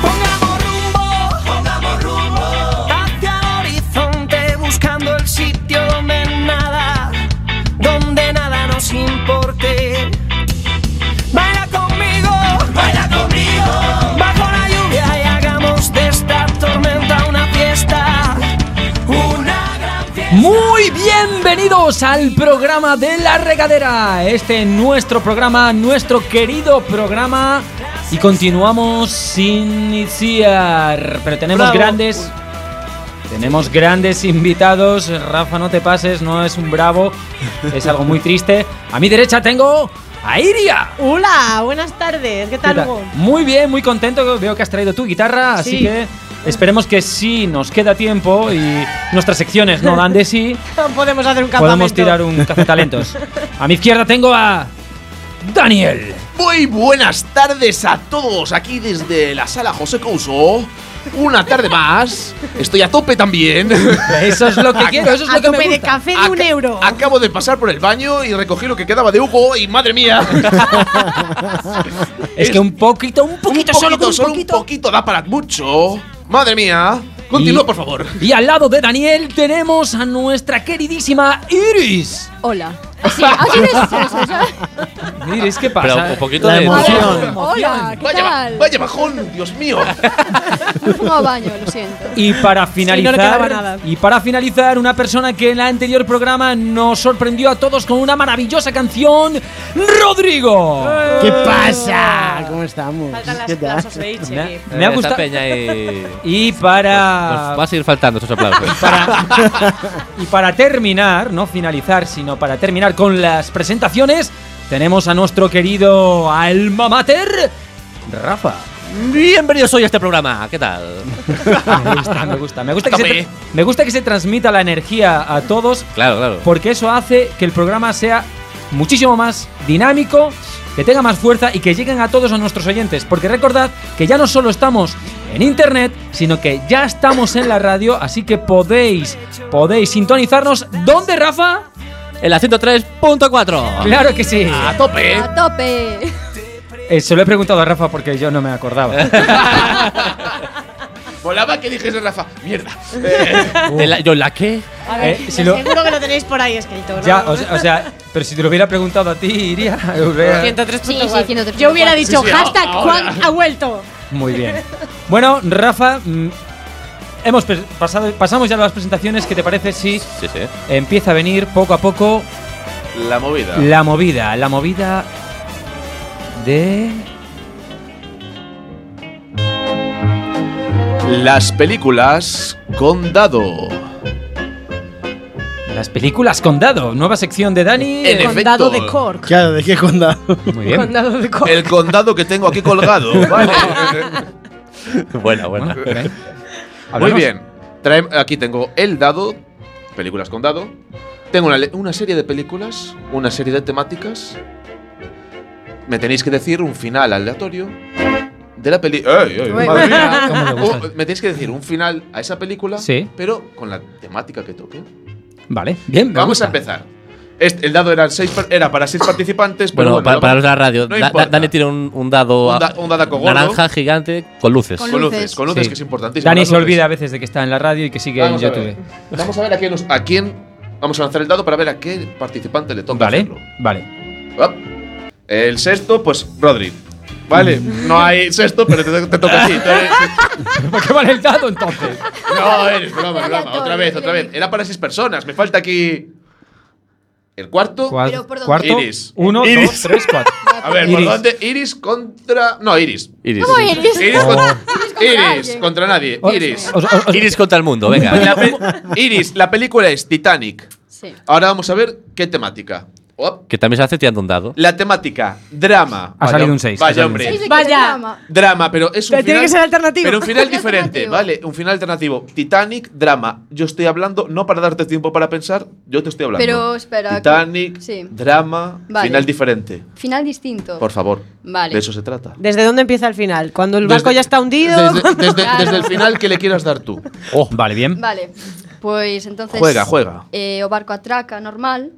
Speaker 3: Pongamos rumbo, pongamos rumbo hacia el horizonte buscando el sitio donde nada, donde nada nos importe. Baila conmigo, baila conmigo bajo la lluvia y hagamos de esta tormenta una fiesta.
Speaker 7: bienvenidos al programa de la regadera. Este es nuestro programa, nuestro querido programa. Y continuamos sin iniciar. Pero tenemos
Speaker 5: Bravo.
Speaker 7: grandes. Tenemos grandes invitados. Rafa, no te pases, no es un bravo. Es algo muy triste. A mi derecha tengo a Iria.
Speaker 9: Hola, buenas tardes. ¿Qué tal,
Speaker 7: ¿Qué tal?
Speaker 9: Hugo?
Speaker 7: Muy bien, muy contento. Veo que has traído tu guitarra,
Speaker 9: Sí.
Speaker 7: así que esperemos que sí nos queda tiempo y nuestras secciones no dan de sí.
Speaker 9: Podemos hacer un campamento.
Speaker 7: Podemos tirar un cazatalentos. A mi izquierda tengo a Daniel.
Speaker 6: Muy buenas tardes a todos aquí desde la sala José Couso. Una tarde más. Estoy a tope también.
Speaker 7: Eso es lo que quiero, eso es
Speaker 9: A
Speaker 7: lo que me
Speaker 9: tope de
Speaker 7: gusta.
Speaker 9: café de
Speaker 6: Ac-
Speaker 9: un euro.
Speaker 6: Acabo de pasar por el baño y recogí lo que quedaba de Hugo y madre mía.
Speaker 7: Es que un poquito, un
Speaker 6: un
Speaker 7: poquito, solo con un
Speaker 6: solo
Speaker 7: poquito.
Speaker 6: da para mucho. Madre mía. Continúa,
Speaker 7: Y-
Speaker 6: por favor.
Speaker 7: Y al lado de Daniel tenemos a nuestra queridísima Iris.
Speaker 8: Hola. Ah, Así, así de
Speaker 7: Iris, ¿qué
Speaker 4: Pero
Speaker 7: pasa?
Speaker 4: un poquito
Speaker 5: La
Speaker 4: de
Speaker 5: emoción.
Speaker 8: Hola, ¿qué
Speaker 6: Vaya, ba-
Speaker 8: tal?
Speaker 6: vaya bajón, Dios mío.
Speaker 8: Me pongo a baño, lo siento.
Speaker 7: Y para
Speaker 9: no
Speaker 7: finalizar,
Speaker 9: le quedaba nada.
Speaker 7: y para finalizar, una persona que en el anterior programa nos sorprendió a todos con una maravillosa canción, Rodrigo.
Speaker 5: ¿Qué pasa? Ah, ¿Cómo estamos?
Speaker 9: Faltan las
Speaker 5: ¿Qué tal?
Speaker 9: aplausos de Ichi aquí.
Speaker 7: Me ha
Speaker 4: Eh, Esta
Speaker 7: gustado.
Speaker 4: peña y.
Speaker 7: Y
Speaker 4: Nos va
Speaker 7: para
Speaker 4: a seguir faltando estos aplausos.
Speaker 7: y para terminar, no finalizar, sino para terminar con las presentaciones, tenemos a nuestro querido alma mater, Rafa.
Speaker 4: Bienvenidos hoy a este programa, ¿qué tal?
Speaker 7: Me gusta, me gusta, me gusta que se tra- me gusta que se transmita la energía a todos
Speaker 4: Claro, claro.
Speaker 7: porque eso hace que el programa sea muchísimo más dinámico, que tenga más fuerza y que lleguen a todos a nuestros oyentes. Porque recordad que ya no solo estamos en internet, sino que ya estamos en la radio, así que podéis, podéis sintonizarnos. ¿Dónde, Rafa?
Speaker 4: En la 103.4.
Speaker 7: Claro que sí.
Speaker 4: Ah,
Speaker 6: A tope.
Speaker 8: A tope.
Speaker 7: Eh, se lo he preguntado a Rafa porque yo no me acordaba.
Speaker 6: Volaba que dijese Rafa. Mierda.
Speaker 4: De la- ¿Yo la qué?
Speaker 9: A ver,
Speaker 7: Eh, si lo-
Speaker 9: seguro que lo tenéis por ahí escrito, ¿no?
Speaker 7: ya, o sea, o sea, pero si te lo hubiera preguntado a ti, iría. hubiera-
Speaker 9: 103.4.
Speaker 8: Sí, sí, 103.4.
Speaker 9: Yo hubiera dicho
Speaker 6: Sí, sí,
Speaker 9: hashtag
Speaker 6: ahora.
Speaker 9: Juan ha vuelto.
Speaker 7: Muy bien. Bueno, Rafa, mm, hemos pe- pasado, pasamos ya a las presentaciones. ¿Qué te parece si
Speaker 4: Sí, sí.
Speaker 7: empieza a venir poco a poco
Speaker 6: La movida.
Speaker 7: la movida, la movida de
Speaker 6: Las películas con dado.
Speaker 7: las películas Condado, nueva sección de Dani.
Speaker 6: En efecto.
Speaker 9: Condado de Cork.
Speaker 5: Claro, ¿de qué condado?
Speaker 7: Muy bien.
Speaker 9: Condado de Cork.
Speaker 6: El condado que tengo aquí colgado. Vale.
Speaker 4: Buena, buena.
Speaker 7: Bueno,
Speaker 6: Muy
Speaker 7: hablamos.
Speaker 6: bien. Trae- aquí tengo el dado, películas con dado. Tengo una, le- una serie de películas, una serie de temáticas. Me tenéis que decir un final aleatorio de la peli. ¡Ey, ey,
Speaker 9: Ué.
Speaker 6: madre mía!
Speaker 7: ¿Cómo le gusta?
Speaker 6: Un- me tenéis que decir un final a esa película,
Speaker 7: Sí.
Speaker 6: pero con la temática que toque.
Speaker 7: Vale, bien. me
Speaker 6: Vamos
Speaker 7: gusta.
Speaker 6: a empezar. Este- el dado era, seis, par- era para seis participantes, pero
Speaker 4: Bueno,
Speaker 6: bueno,
Speaker 4: para,
Speaker 6: lo
Speaker 4: para los
Speaker 6: vamos-
Speaker 4: de la radio,
Speaker 6: no
Speaker 4: Da- Da-
Speaker 6: importa.
Speaker 4: Dani tiene un, un dado
Speaker 6: Un da-
Speaker 4: ah,
Speaker 6: un dadaco gordo.
Speaker 4: naranja gigante con luces.
Speaker 8: Con
Speaker 6: con luces,
Speaker 8: luces.
Speaker 6: con luces
Speaker 7: Sí.
Speaker 6: que es importantísimo.
Speaker 7: Dani
Speaker 6: las
Speaker 7: se
Speaker 6: luces.
Speaker 7: olvida a veces de que está en la radio y que sigue
Speaker 6: Vamos
Speaker 7: en
Speaker 6: a ver.
Speaker 7: YouTube.
Speaker 6: Vamos a ver a quién, nos- a quién vamos a lanzar el dado para ver a qué participante le toca.
Speaker 7: Vale,
Speaker 6: hacerlo.
Speaker 7: vale.
Speaker 6: Op. El sexto, pues Rodri. Vale, no hay sexto, pero te, te toca a ti. Tú eres-
Speaker 7: ¿Por qué vale el dado entonces?
Speaker 6: No, eres broma, broma. Otra vez, otra vez. Era para seis personas. Me falta aquí. El cuarto.
Speaker 8: Pero, perdón.
Speaker 7: Cuarto,
Speaker 6: Iris.
Speaker 7: uno,
Speaker 6: Iris.
Speaker 7: dos, tres, cuatro.
Speaker 6: A ver, ¿por
Speaker 7: Iris.
Speaker 6: dónde? Iris contra. No, Iris.
Speaker 4: Iris.
Speaker 8: ¿Cómo eres?
Speaker 6: Iris,
Speaker 7: Oh.
Speaker 6: con- Iris
Speaker 8: alguien.
Speaker 6: contra nadie.
Speaker 7: Os-
Speaker 6: Iris.
Speaker 7: Oh, os- os- os-
Speaker 4: Iris contra el mundo, venga.
Speaker 6: La pe- Iris, la película es Titanic.
Speaker 8: Sí.
Speaker 6: Ahora vamos a ver qué temática. Op.
Speaker 4: que también se hace tirando un dado.
Speaker 6: La temática, drama.
Speaker 7: Ha salido un seis, ha
Speaker 6: Vaya
Speaker 7: salido un
Speaker 6: hombre.
Speaker 7: seis.
Speaker 9: Vaya.
Speaker 6: Drama, pero es un
Speaker 9: Pero tiene
Speaker 6: final-
Speaker 9: que ser alternativo.
Speaker 6: Pero un final
Speaker 8: Alternativo.
Speaker 6: diferente, ¿vale? Un final alternativo. Titanic, drama. Yo estoy hablando, no para darte tiempo para pensar, yo te estoy hablando.
Speaker 8: Pero, espera, que-
Speaker 6: Titanic,
Speaker 8: sí.
Speaker 6: drama,
Speaker 8: Vale.
Speaker 6: final diferente.
Speaker 8: Final distinto.
Speaker 6: Por favor.
Speaker 8: Vale.
Speaker 6: De eso se trata.
Speaker 9: ¿Desde dónde empieza el final? ¿Cuando el barco
Speaker 6: Desde-
Speaker 9: ya está hundido?
Speaker 6: Desde, desde-
Speaker 8: Claro.
Speaker 6: desde el final que le quieras dar tú.
Speaker 7: Oh, vale, bien.
Speaker 8: Vale. Pues entonces.
Speaker 6: Juega, juega.
Speaker 8: eh, o barco atraca, normal.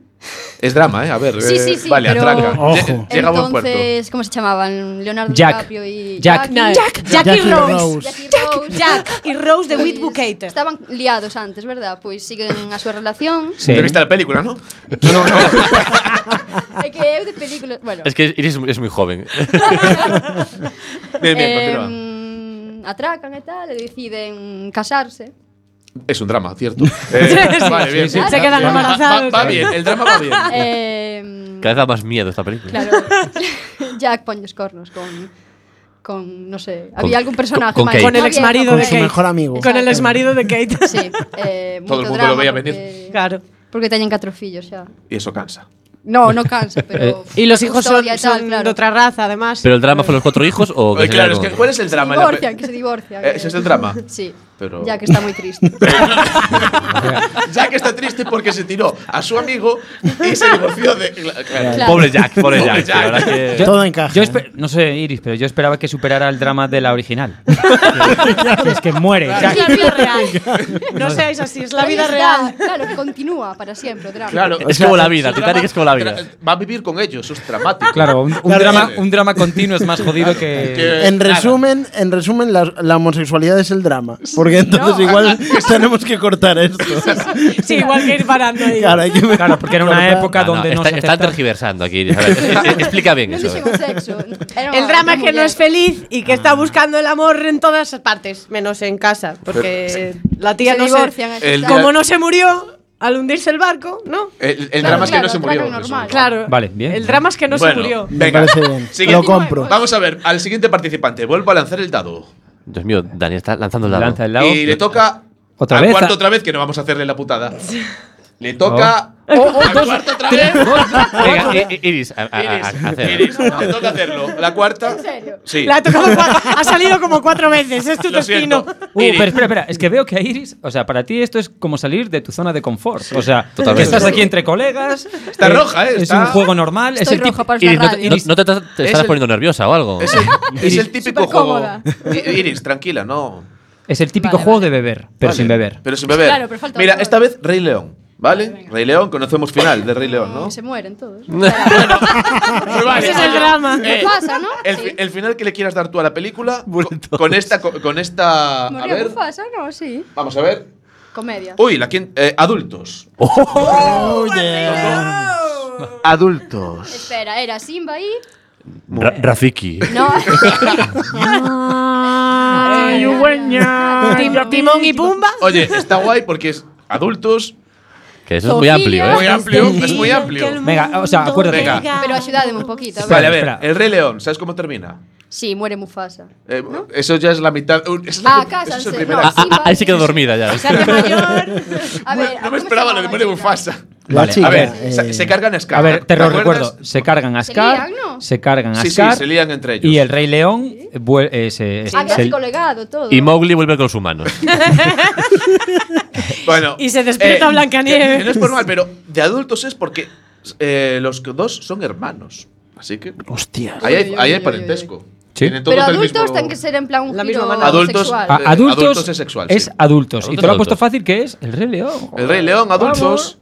Speaker 6: Es drama, ¿eh? A ver.
Speaker 8: Sí,
Speaker 6: eh,
Speaker 8: sí, sí,
Speaker 6: vale,
Speaker 8: pero-
Speaker 6: atraca.
Speaker 5: Ojo.
Speaker 6: Lle- Llega a buen puerto.
Speaker 8: Entonces, ¿cómo se llamaban? Leonardo
Speaker 7: Jack.
Speaker 8: DiCaprio y
Speaker 7: Jack.
Speaker 8: Jackie,
Speaker 9: Jack, Jack, y
Speaker 5: Jackie
Speaker 9: Rose.
Speaker 5: Rose.
Speaker 8: Jackie Rose.
Speaker 9: Jack y Rose de
Speaker 8: Pues,
Speaker 9: With Bucater.
Speaker 8: Estaban liados antes, ¿verdad? Pues siguen a su relación.
Speaker 7: Sí.
Speaker 6: Te viste la película, ¿no?
Speaker 8: Eh, Hay que de películas. Bueno.
Speaker 4: Es que Iris es muy joven.
Speaker 6: Bien, bien,
Speaker 8: eh,
Speaker 6: continúa.
Speaker 8: Em, mm, atracan y tal, y deciden casarse.
Speaker 6: Es un drama, ¿cierto? Eh,
Speaker 9: Sí,
Speaker 6: vale, bien.
Speaker 9: sí,
Speaker 6: bien.
Speaker 9: se quedan
Speaker 6: Va- va,
Speaker 9: embarazados.
Speaker 6: va bien, el drama va bien.
Speaker 9: Ah.
Speaker 8: Eh,
Speaker 4: Cada vez da más miedo esta película.
Speaker 8: claro, Jack ponlles cornos con, con, no sé, había algún personaje
Speaker 4: con
Speaker 8: más.
Speaker 4: Kate.
Speaker 8: No
Speaker 9: Con el
Speaker 8: había- no
Speaker 9: exmarido de
Speaker 5: Con su
Speaker 9: Kate.
Speaker 5: mejor amigo.
Speaker 9: Con el exmarido de Kate.
Speaker 8: había- Sí, eh,
Speaker 6: Todo el
Speaker 8: moito
Speaker 6: mundo
Speaker 8: drama
Speaker 6: lo veía
Speaker 8: porque-
Speaker 6: venir.
Speaker 9: Claro.
Speaker 8: Porque teñen catro fillos xa.
Speaker 6: Y eso cansa.
Speaker 8: No, no cansa, pero
Speaker 9: Eh, Y los hijos son,
Speaker 8: historia e tal,
Speaker 9: son
Speaker 8: claro.
Speaker 9: de otra raza, además.
Speaker 4: Pero el drama fue los cuatro hijos o que
Speaker 6: Eh,
Speaker 4: se
Speaker 6: claro, es
Speaker 4: quedaron
Speaker 6: que ¿cuál es el
Speaker 8: Se
Speaker 6: drama? en la pe-
Speaker 8: divorcian, que se divorcian.
Speaker 6: Eh, ¿Ese es el drama?
Speaker 8: Sí.
Speaker 6: Pero-
Speaker 8: Ya que está muy triste.
Speaker 6: Jack está triste porque se tiró a su amigo y se divorció de. Cla- claro.
Speaker 8: Claro.
Speaker 4: Pobre Jack, pobre
Speaker 6: Pobre
Speaker 4: Jack.
Speaker 6: Jack.
Speaker 4: la verdad que-
Speaker 7: Yo-
Speaker 5: Todo encaja.
Speaker 7: Yo espe- no sé, Iris, pero yo esperaba que superara el drama de la original. es que muere.
Speaker 9: Es la vida real. No seáis así, es la
Speaker 8: Ahí
Speaker 9: vida
Speaker 8: está,
Speaker 9: real.
Speaker 8: Claro, continúa para siempre o drama.
Speaker 6: Claro,
Speaker 4: Es como la vida,
Speaker 6: su
Speaker 4: Titanic
Speaker 6: drama-
Speaker 4: es como la vida.
Speaker 6: tra- Va a vivir con ellos, eso es dramático.
Speaker 7: Claro, un, un
Speaker 5: Claro,
Speaker 7: drama,
Speaker 6: es-
Speaker 7: un drama continuo es más jodido que.
Speaker 6: Que-
Speaker 5: En
Speaker 6: nada.
Speaker 5: resumen, en resumen la, la homosexualidad es el drama. Porque entonces igual tenemos que cortar esto.
Speaker 9: Sí, igual que ir parando ahí.
Speaker 5: Claro, hay que-
Speaker 7: Claro, porque era una
Speaker 5: cortar.
Speaker 7: época
Speaker 4: Ah, no,
Speaker 7: donde no,
Speaker 4: está,
Speaker 7: se
Speaker 4: están
Speaker 7: aceptaba-
Speaker 4: tergiversando aquí. A ver, e- e- explica bien
Speaker 8: No
Speaker 4: eso.
Speaker 8: dixen o sexo. Era
Speaker 9: El
Speaker 8: unha-
Speaker 9: drama
Speaker 8: era
Speaker 9: es que no
Speaker 8: muller.
Speaker 9: es feliz y que
Speaker 6: Ah.
Speaker 9: está buscando el amor en todas partes, menos en casa, porque la tía
Speaker 8: Se
Speaker 9: no
Speaker 8: divorcian,
Speaker 9: se,
Speaker 8: eso
Speaker 6: el-
Speaker 8: está.
Speaker 9: como no se murió al hundirse el barco, ¿no?
Speaker 6: El, el
Speaker 8: Claro,
Speaker 6: drama es que
Speaker 8: claro,
Speaker 6: no se
Speaker 8: el
Speaker 6: murió.
Speaker 8: drama
Speaker 6: eso.
Speaker 8: normal.
Speaker 9: Claro.
Speaker 7: Vale, bien.
Speaker 9: El drama es que no se
Speaker 6: Bueno,
Speaker 9: murió.
Speaker 5: Me
Speaker 6: Venga.
Speaker 5: parece bien.
Speaker 6: Siguiente.
Speaker 5: Lo compro.
Speaker 6: Vamos a ver, al siguiente participante. Vuelvo a lanzar el dado.
Speaker 4: Dios mío, Dani está lanzando el dado.
Speaker 7: Lanza el lado.
Speaker 6: Y le toca.
Speaker 7: Otra
Speaker 6: al
Speaker 7: vez,
Speaker 6: cuarto
Speaker 7: a-
Speaker 6: otra vez, que no vamos a hacerle la putada. Le toca. al cuarto otra vez.
Speaker 4: Venga, eh,
Speaker 7: eh,
Speaker 4: I- I- Iris, a- a- a-
Speaker 6: Iris,
Speaker 4: a- hacer.
Speaker 6: Iris, le toca hacerlo. La cuarta.
Speaker 8: ¿En serio?
Speaker 6: Sí.
Speaker 9: La ha, tocado cuatro- ha salido como cuatro veces, es tu
Speaker 6: Lo
Speaker 9: destino.
Speaker 6: siento.
Speaker 7: Uh,
Speaker 6: Iris.
Speaker 7: pero espera, espera, es que veo que a Iris, o sea, para ti esto es como salir de tu zona de confort. O sea,
Speaker 4: Totalmente.
Speaker 7: que estás aquí entre colegas.
Speaker 6: Está roja, ¿eh?
Speaker 7: Es
Speaker 6: Está-
Speaker 7: un juego normal. es
Speaker 8: Estoy
Speaker 7: el
Speaker 8: roja
Speaker 7: tipo-
Speaker 8: para
Speaker 4: Iris,
Speaker 8: la
Speaker 4: no, te-
Speaker 8: radio.
Speaker 4: no- no te, te
Speaker 6: Es
Speaker 4: estás
Speaker 6: el-
Speaker 4: poniendo nerviosa o algo.
Speaker 6: Es el, es el típico juego.
Speaker 8: Supercómoda.
Speaker 6: I- Iris, tranquila, no.
Speaker 7: Es el típico
Speaker 8: Vale,
Speaker 7: juego de beber, pero
Speaker 6: Vale,
Speaker 7: sin beber.
Speaker 6: Pero sin beber.
Speaker 8: Claro, pero falta
Speaker 6: Mira,
Speaker 8: alcohol.
Speaker 6: esta vez Rey León, ¿vale?
Speaker 8: Vale, venga.
Speaker 6: Rey León, conocemos final de Rey León, ¿no?
Speaker 8: Se mueren todos.
Speaker 6: Pues vale.
Speaker 9: Ese es el drama.
Speaker 8: ¿Qué pasa, no?
Speaker 6: El,
Speaker 8: Sí.
Speaker 6: fi- Eh, el final que le quieras dar tú a la película, co- con esta, co- con esta, a
Speaker 8: Murió
Speaker 6: ver,
Speaker 8: Mufasa, no, sí.
Speaker 6: vamos a ver.
Speaker 8: Comedia.
Speaker 6: Uy, la quien, eh, adultos. Adultos.
Speaker 8: Espera, era Simba y.
Speaker 4: Ra- Rafiki.
Speaker 8: No.
Speaker 9: Ay,
Speaker 8: Ueña.
Speaker 9: Eh, Tim- Timón y Pumba.
Speaker 6: Oye, está guay porque es adultos.
Speaker 4: Que eso es muy
Speaker 8: Sofía.
Speaker 4: amplio, ¿eh?
Speaker 6: Muy amplio,
Speaker 9: Este
Speaker 6: es muy amplio.
Speaker 7: Venga, o sea, acuérdate.
Speaker 6: Venga.
Speaker 8: Pero ayudadme un poquito. A ver.
Speaker 6: Vale, a ver,
Speaker 7: espera.
Speaker 6: el Rey León, ¿sabes cómo termina?
Speaker 8: Sí, muere Mufasa.
Speaker 6: Eh, Eso ya es la mitad. un- es la-
Speaker 8: Ah,
Speaker 6: eso es
Speaker 8: cásanse.
Speaker 6: el
Speaker 8: No,
Speaker 6: primer
Speaker 4: Ah,
Speaker 6: acto.
Speaker 4: ah, ah, ahí se quedó dormida ya.
Speaker 9: Se hace mayor.
Speaker 8: A ver,
Speaker 6: no
Speaker 8: ¿cómo
Speaker 6: me
Speaker 8: se
Speaker 6: esperaba lo de
Speaker 8: llamaba
Speaker 6: Mario
Speaker 8: la chica?
Speaker 6: Mufasa.
Speaker 5: La chica.
Speaker 6: a ver,
Speaker 5: eh,
Speaker 6: se, se cargan a Scar.
Speaker 7: A ver, te lo
Speaker 6: acuerdas?
Speaker 7: recuerdo. Se cargan a
Speaker 8: Se
Speaker 7: Scar,
Speaker 8: lían, ¿no?
Speaker 7: se cargan a
Speaker 6: Sí, sí,
Speaker 7: Scar
Speaker 6: se lían entre ellos.
Speaker 7: y el Rey León vuel- eh, se-
Speaker 8: Ah, que
Speaker 7: se-
Speaker 8: así colegado, todo.
Speaker 4: Y Mowgli vuelve con los humanos.
Speaker 6: Bueno, eh,
Speaker 9: Y se despierta Blancanieves.
Speaker 6: que- que no es por mal, pero de adultos es porque eh, los dos son hermanos. Así que
Speaker 5: Hostias.
Speaker 6: ahí hay,
Speaker 8: Uy, uy,
Speaker 6: ahí hay
Speaker 8: uy, uy,
Speaker 6: parentesco.
Speaker 7: Sí.
Speaker 6: Tienen todos
Speaker 8: Pero
Speaker 6: el
Speaker 8: adultos
Speaker 6: mismo-
Speaker 8: tienen que ser en plan un
Speaker 9: La
Speaker 8: giro
Speaker 9: misma manada.
Speaker 6: Adultos,
Speaker 8: sexual.
Speaker 7: a-
Speaker 6: eh,
Speaker 7: adultos,
Speaker 6: adultos es sexual, sí.
Speaker 7: adultos. y
Speaker 4: Adultos,
Speaker 7: te lo ha puesto
Speaker 4: adultos.
Speaker 7: fácil que es el Rey León.
Speaker 6: El Rey León, adultos.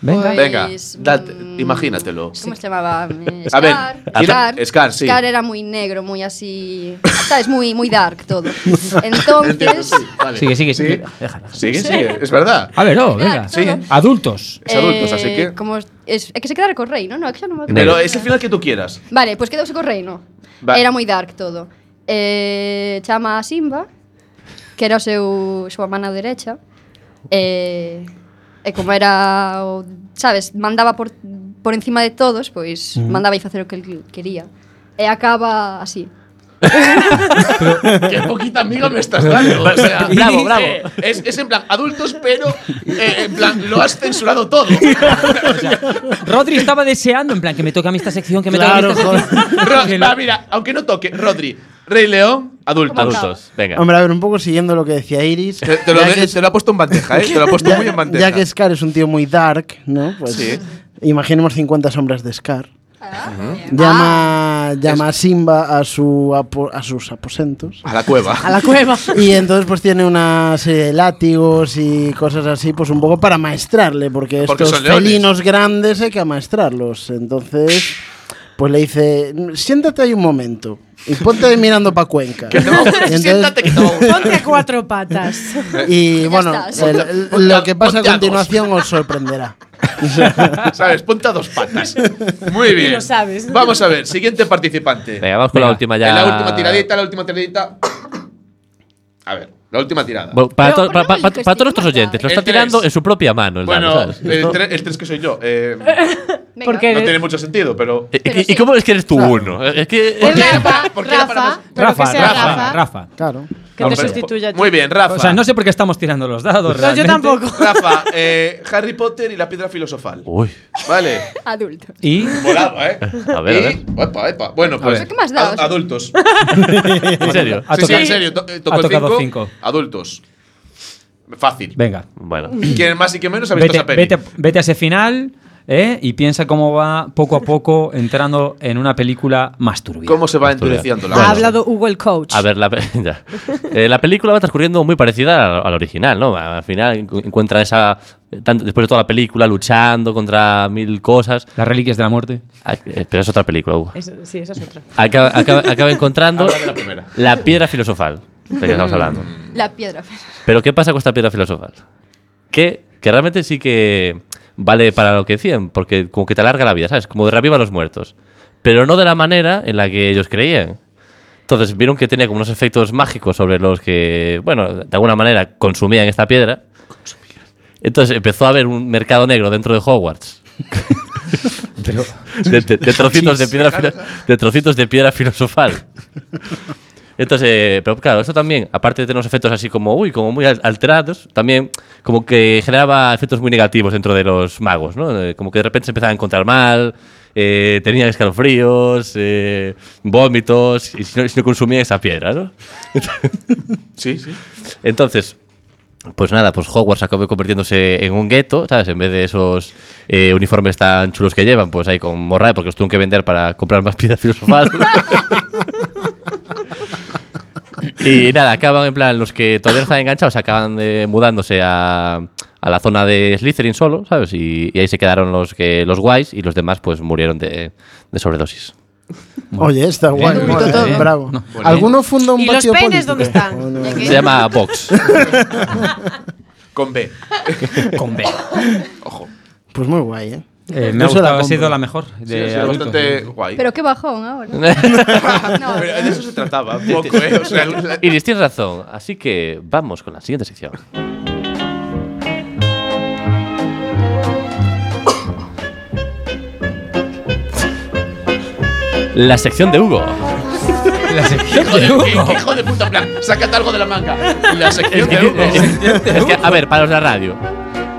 Speaker 7: Venga.
Speaker 8: Ay,
Speaker 6: Venga,
Speaker 8: Pues,
Speaker 6: date-
Speaker 8: mm,
Speaker 6: imagínatelo.
Speaker 8: ¿Cómo se llamaba? Eh,
Speaker 6: A ver,
Speaker 8: Scar,
Speaker 6: ¿quién-
Speaker 8: Scar.
Speaker 6: Scar, sí.
Speaker 8: Scar era muy negro, muy así. ¿Sabes? Muy, muy dark todo. Entonces.
Speaker 6: Sí, vale.
Speaker 7: Sigue, sigue,
Speaker 6: Sí.
Speaker 7: sigue. Déjala.
Speaker 6: Sigue, sigue, es verdad.
Speaker 7: A ver, no, venga.
Speaker 8: Sí.
Speaker 7: Adultos.
Speaker 6: Es adultos, así
Speaker 8: eh,
Speaker 6: que-
Speaker 8: Como es, es que se quedara con Rey, ¿no? No, es que xa non me acuerdo.
Speaker 6: Pero es el final que tú quieras.
Speaker 8: Vale, pues quedouse con Rey, ¿no?
Speaker 6: Va.
Speaker 8: Era moi dark todo. Eh, chama a Simba, que era o seu súa mano derecha. Eh, e como era, o, sabes, mandaba por, por encima de todos, pois pues, mandaba e facer o que el quería. E acaba así.
Speaker 6: Qué poquita amiga me estás dando. o sea,
Speaker 4: Bravo,
Speaker 6: eh,
Speaker 4: bravo.
Speaker 6: Es, es en plan adultos, pero eh, en plan lo has censurado todo.
Speaker 7: Rodri estaba deseando, en plan, que me toque a mí esta sección, que me toque a
Speaker 5: Claro,
Speaker 7: mí esta
Speaker 5: joder.
Speaker 6: Ro- va, Ah, mira, aunque no toque, Rodri, Rey León, adultos.
Speaker 4: Adultos. Venga.
Speaker 5: Hombre, a ver, un poco siguiendo lo que decía Iris.
Speaker 6: Te, te lo,
Speaker 5: ya
Speaker 6: de-
Speaker 5: que-
Speaker 6: te lo ha puesto en bandeja, ¿eh? Te lo ha puesto muy en
Speaker 5: ya,
Speaker 6: bandeja.
Speaker 5: ya que Scar es un tío muy dark, ¿no? Pues
Speaker 6: Sí.
Speaker 5: imaginemos 50 sombras de Scar.
Speaker 8: Ah,
Speaker 5: Llama, llama a Simba a, su apo- a sus aposentos.
Speaker 6: A la cueva.
Speaker 9: A la cueva.
Speaker 5: Y entonces pues tiene una serie de látigos y cosas así, pues un poco para maestrarle, porque,
Speaker 6: Porque
Speaker 5: estos
Speaker 6: son leones.
Speaker 5: felinos grandes hay que amaestrarlos. Entonces, pues le dice, siéntate ahí un momento y ponte mirando pa' Cuenca.
Speaker 6: Que te va a gustar.
Speaker 5: Y entonces-
Speaker 6: Siéntate que te va a gustar.
Speaker 9: Ponte a cuatro patas.
Speaker 5: Y bueno,
Speaker 8: está.
Speaker 5: el- el-
Speaker 6: Ponte a-
Speaker 5: lo que pasa a
Speaker 6: ponte a dos.
Speaker 5: continuación os sorprenderá.
Speaker 6: ¿Sabes? Ponte a dos patas. Muy bien.
Speaker 9: lo sabes.
Speaker 6: Vamos a ver, siguiente participante.
Speaker 4: Venga, vamos con la última ya.
Speaker 6: La última tiradita, la última tiradita. A ver. La última tirada.
Speaker 4: Bueno, para,
Speaker 8: Pero
Speaker 4: to-
Speaker 8: ponemos
Speaker 4: para-
Speaker 8: el
Speaker 4: para-
Speaker 8: que
Speaker 4: para todos
Speaker 8: esté
Speaker 4: nuestros oyentes, lo
Speaker 6: El
Speaker 4: está
Speaker 6: tres.
Speaker 4: tirando en su propia mano. El dado,
Speaker 6: Bueno, eh,
Speaker 4: ¿sabes?
Speaker 6: el, tre- el tres que soy yo. eh,
Speaker 8: Venga.
Speaker 9: Porque-
Speaker 6: no tiene mucho sentido, pero.
Speaker 4: Eh,
Speaker 8: pero
Speaker 4: ¿Y, y
Speaker 8: sí.
Speaker 4: cómo es que eres tú uno? Es que.
Speaker 9: Es
Speaker 6: para-
Speaker 9: Rafa,
Speaker 6: por qué era para
Speaker 9: Rafa,
Speaker 6: nos-
Speaker 9: pero
Speaker 7: Rafa,
Speaker 9: que sea
Speaker 7: Rafa,
Speaker 9: Rafa,
Speaker 7: Rafa.
Speaker 5: Claro.
Speaker 9: que
Speaker 6: No,
Speaker 9: te
Speaker 6: pero-
Speaker 9: sustituya. a ti.
Speaker 6: Muy bien, Rafa.
Speaker 7: O sea, no sé por qué estamos tirando los dados.
Speaker 9: No, yo
Speaker 7: realmente.
Speaker 9: tampoco.
Speaker 6: Rafa, eh, Harry Potter y la piedra filosofal.
Speaker 4: Uy.
Speaker 6: Vale.
Speaker 8: Adulto.
Speaker 7: Y
Speaker 6: Volaba, ¿eh?
Speaker 4: A ver, a ver.
Speaker 6: Y- epa, epa. Bueno, pues.
Speaker 8: ver. ¿Qué más dados?
Speaker 6: ad- Adultos.
Speaker 4: ¿En serio?
Speaker 7: Ha
Speaker 6: sí, sí,
Speaker 7: tocado-
Speaker 6: en serio. to- eh, tocó
Speaker 7: ha
Speaker 6: el
Speaker 7: tocado
Speaker 6: cinco.
Speaker 7: cinco.
Speaker 6: Adultos. Fácil.
Speaker 7: venga,
Speaker 4: Bueno.
Speaker 6: Quieren más y que menos ha visto
Speaker 7: vete,
Speaker 6: esa peli.
Speaker 7: vete, vete a ese final ¿eh? y piensa cómo va poco a poco entrando en una película más turbia.
Speaker 6: ¿Cómo se va endureciendo la
Speaker 9: Ha
Speaker 4: Bueno.
Speaker 6: cosa?
Speaker 9: hablado Hugo el coach.
Speaker 4: A ver, la, pe- ya. Eh, la película va transcurriendo muy parecida al, al original, ¿no? Al final encu- encuentra esa. tan- después de toda la película luchando contra mil cosas.
Speaker 7: Las reliquias de la muerte.
Speaker 4: Ah, eh, Pero es otra película, Hugo.
Speaker 9: Eso- sí, esa es otra.
Speaker 4: Acaba, acaba- acaba encontrando
Speaker 6: Habla de la primera.
Speaker 4: la piedra filosofal de que estamos hablando.
Speaker 8: La piedra.
Speaker 4: Pero ¿qué pasa con esta piedra filosofal? Que, que realmente sí que vale para lo que decían, porque como que te alarga la vida, ¿sabes? Como de reviva a los muertos. Pero no de la manera en la que ellos creían. Entonces vieron que tenía como unos efectos mágicos sobre los que, bueno, de alguna manera consumían esta piedra. Entonces empezó a haber un mercado negro dentro de Hogwarts. de, de- de trocitos de piedra, filo- de trocitos de piedra filosofal. Entonces, eh, pero claro, esto también, aparte de tener unos efectos así como, uy, como muy al- alterados, también como que generaba efectos muy negativos dentro de los magos, ¿no? Eh, Como que de repente se empezaban a encontrar mal, eh, tenían escalofríos, eh, vómitos, y si no, si no consumían esa piedra, ¿no?
Speaker 6: Sí, sí.
Speaker 4: Entonces, pues nada, pues Hogwarts acabó convirtiéndose en un gueto, ¿sabes? En vez de esos eh, uniformes tan chulos que llevan, pues ahí con morrae, porque los tuvieron que vender para comprar más piedras filosofal. y nada, acaban en plan, los que todavía no están enganchados acaban de- mudándose a, a la zona de Slytherin solo, ¿sabes? Y, y ahí se quedaron los, que, los guays y los demás pues murieron de, de sobredosis.
Speaker 5: Oye, está guay.
Speaker 9: Bien,
Speaker 5: mola,
Speaker 9: todo.
Speaker 5: Bravo.
Speaker 7: No,
Speaker 5: ¿Alguno funda un
Speaker 9: ¿Y los
Speaker 5: partido
Speaker 9: peines
Speaker 5: político?
Speaker 9: dónde están?
Speaker 5: Bueno,
Speaker 9: Ya que-
Speaker 4: Se llama Vox.
Speaker 6: Con B.
Speaker 7: Con B.
Speaker 6: Ojo.
Speaker 5: Pues muy guay, ¿eh?
Speaker 7: Eh, me
Speaker 5: Yo
Speaker 7: ha
Speaker 5: se la
Speaker 7: gustado, ha sido
Speaker 5: compro.
Speaker 7: la mejor.
Speaker 6: Sí, ha
Speaker 7: De
Speaker 6: sido
Speaker 7: adultos.
Speaker 6: bastante guay.
Speaker 8: Pero qué bajón ahora. No,
Speaker 6: Pero de eso se trataba un poco, ¿eh? O sea, la-
Speaker 4: Iris, tienes razón, así que vamos con la siguiente sección. La sección de Hugo.
Speaker 7: La sección de Hugo.
Speaker 6: ¿Qué hijo de puta plan? Sácate algo de la manga. La
Speaker 4: Es
Speaker 6: sección
Speaker 4: que,
Speaker 6: de Hugo.
Speaker 4: es que, a ver, para los de la radio.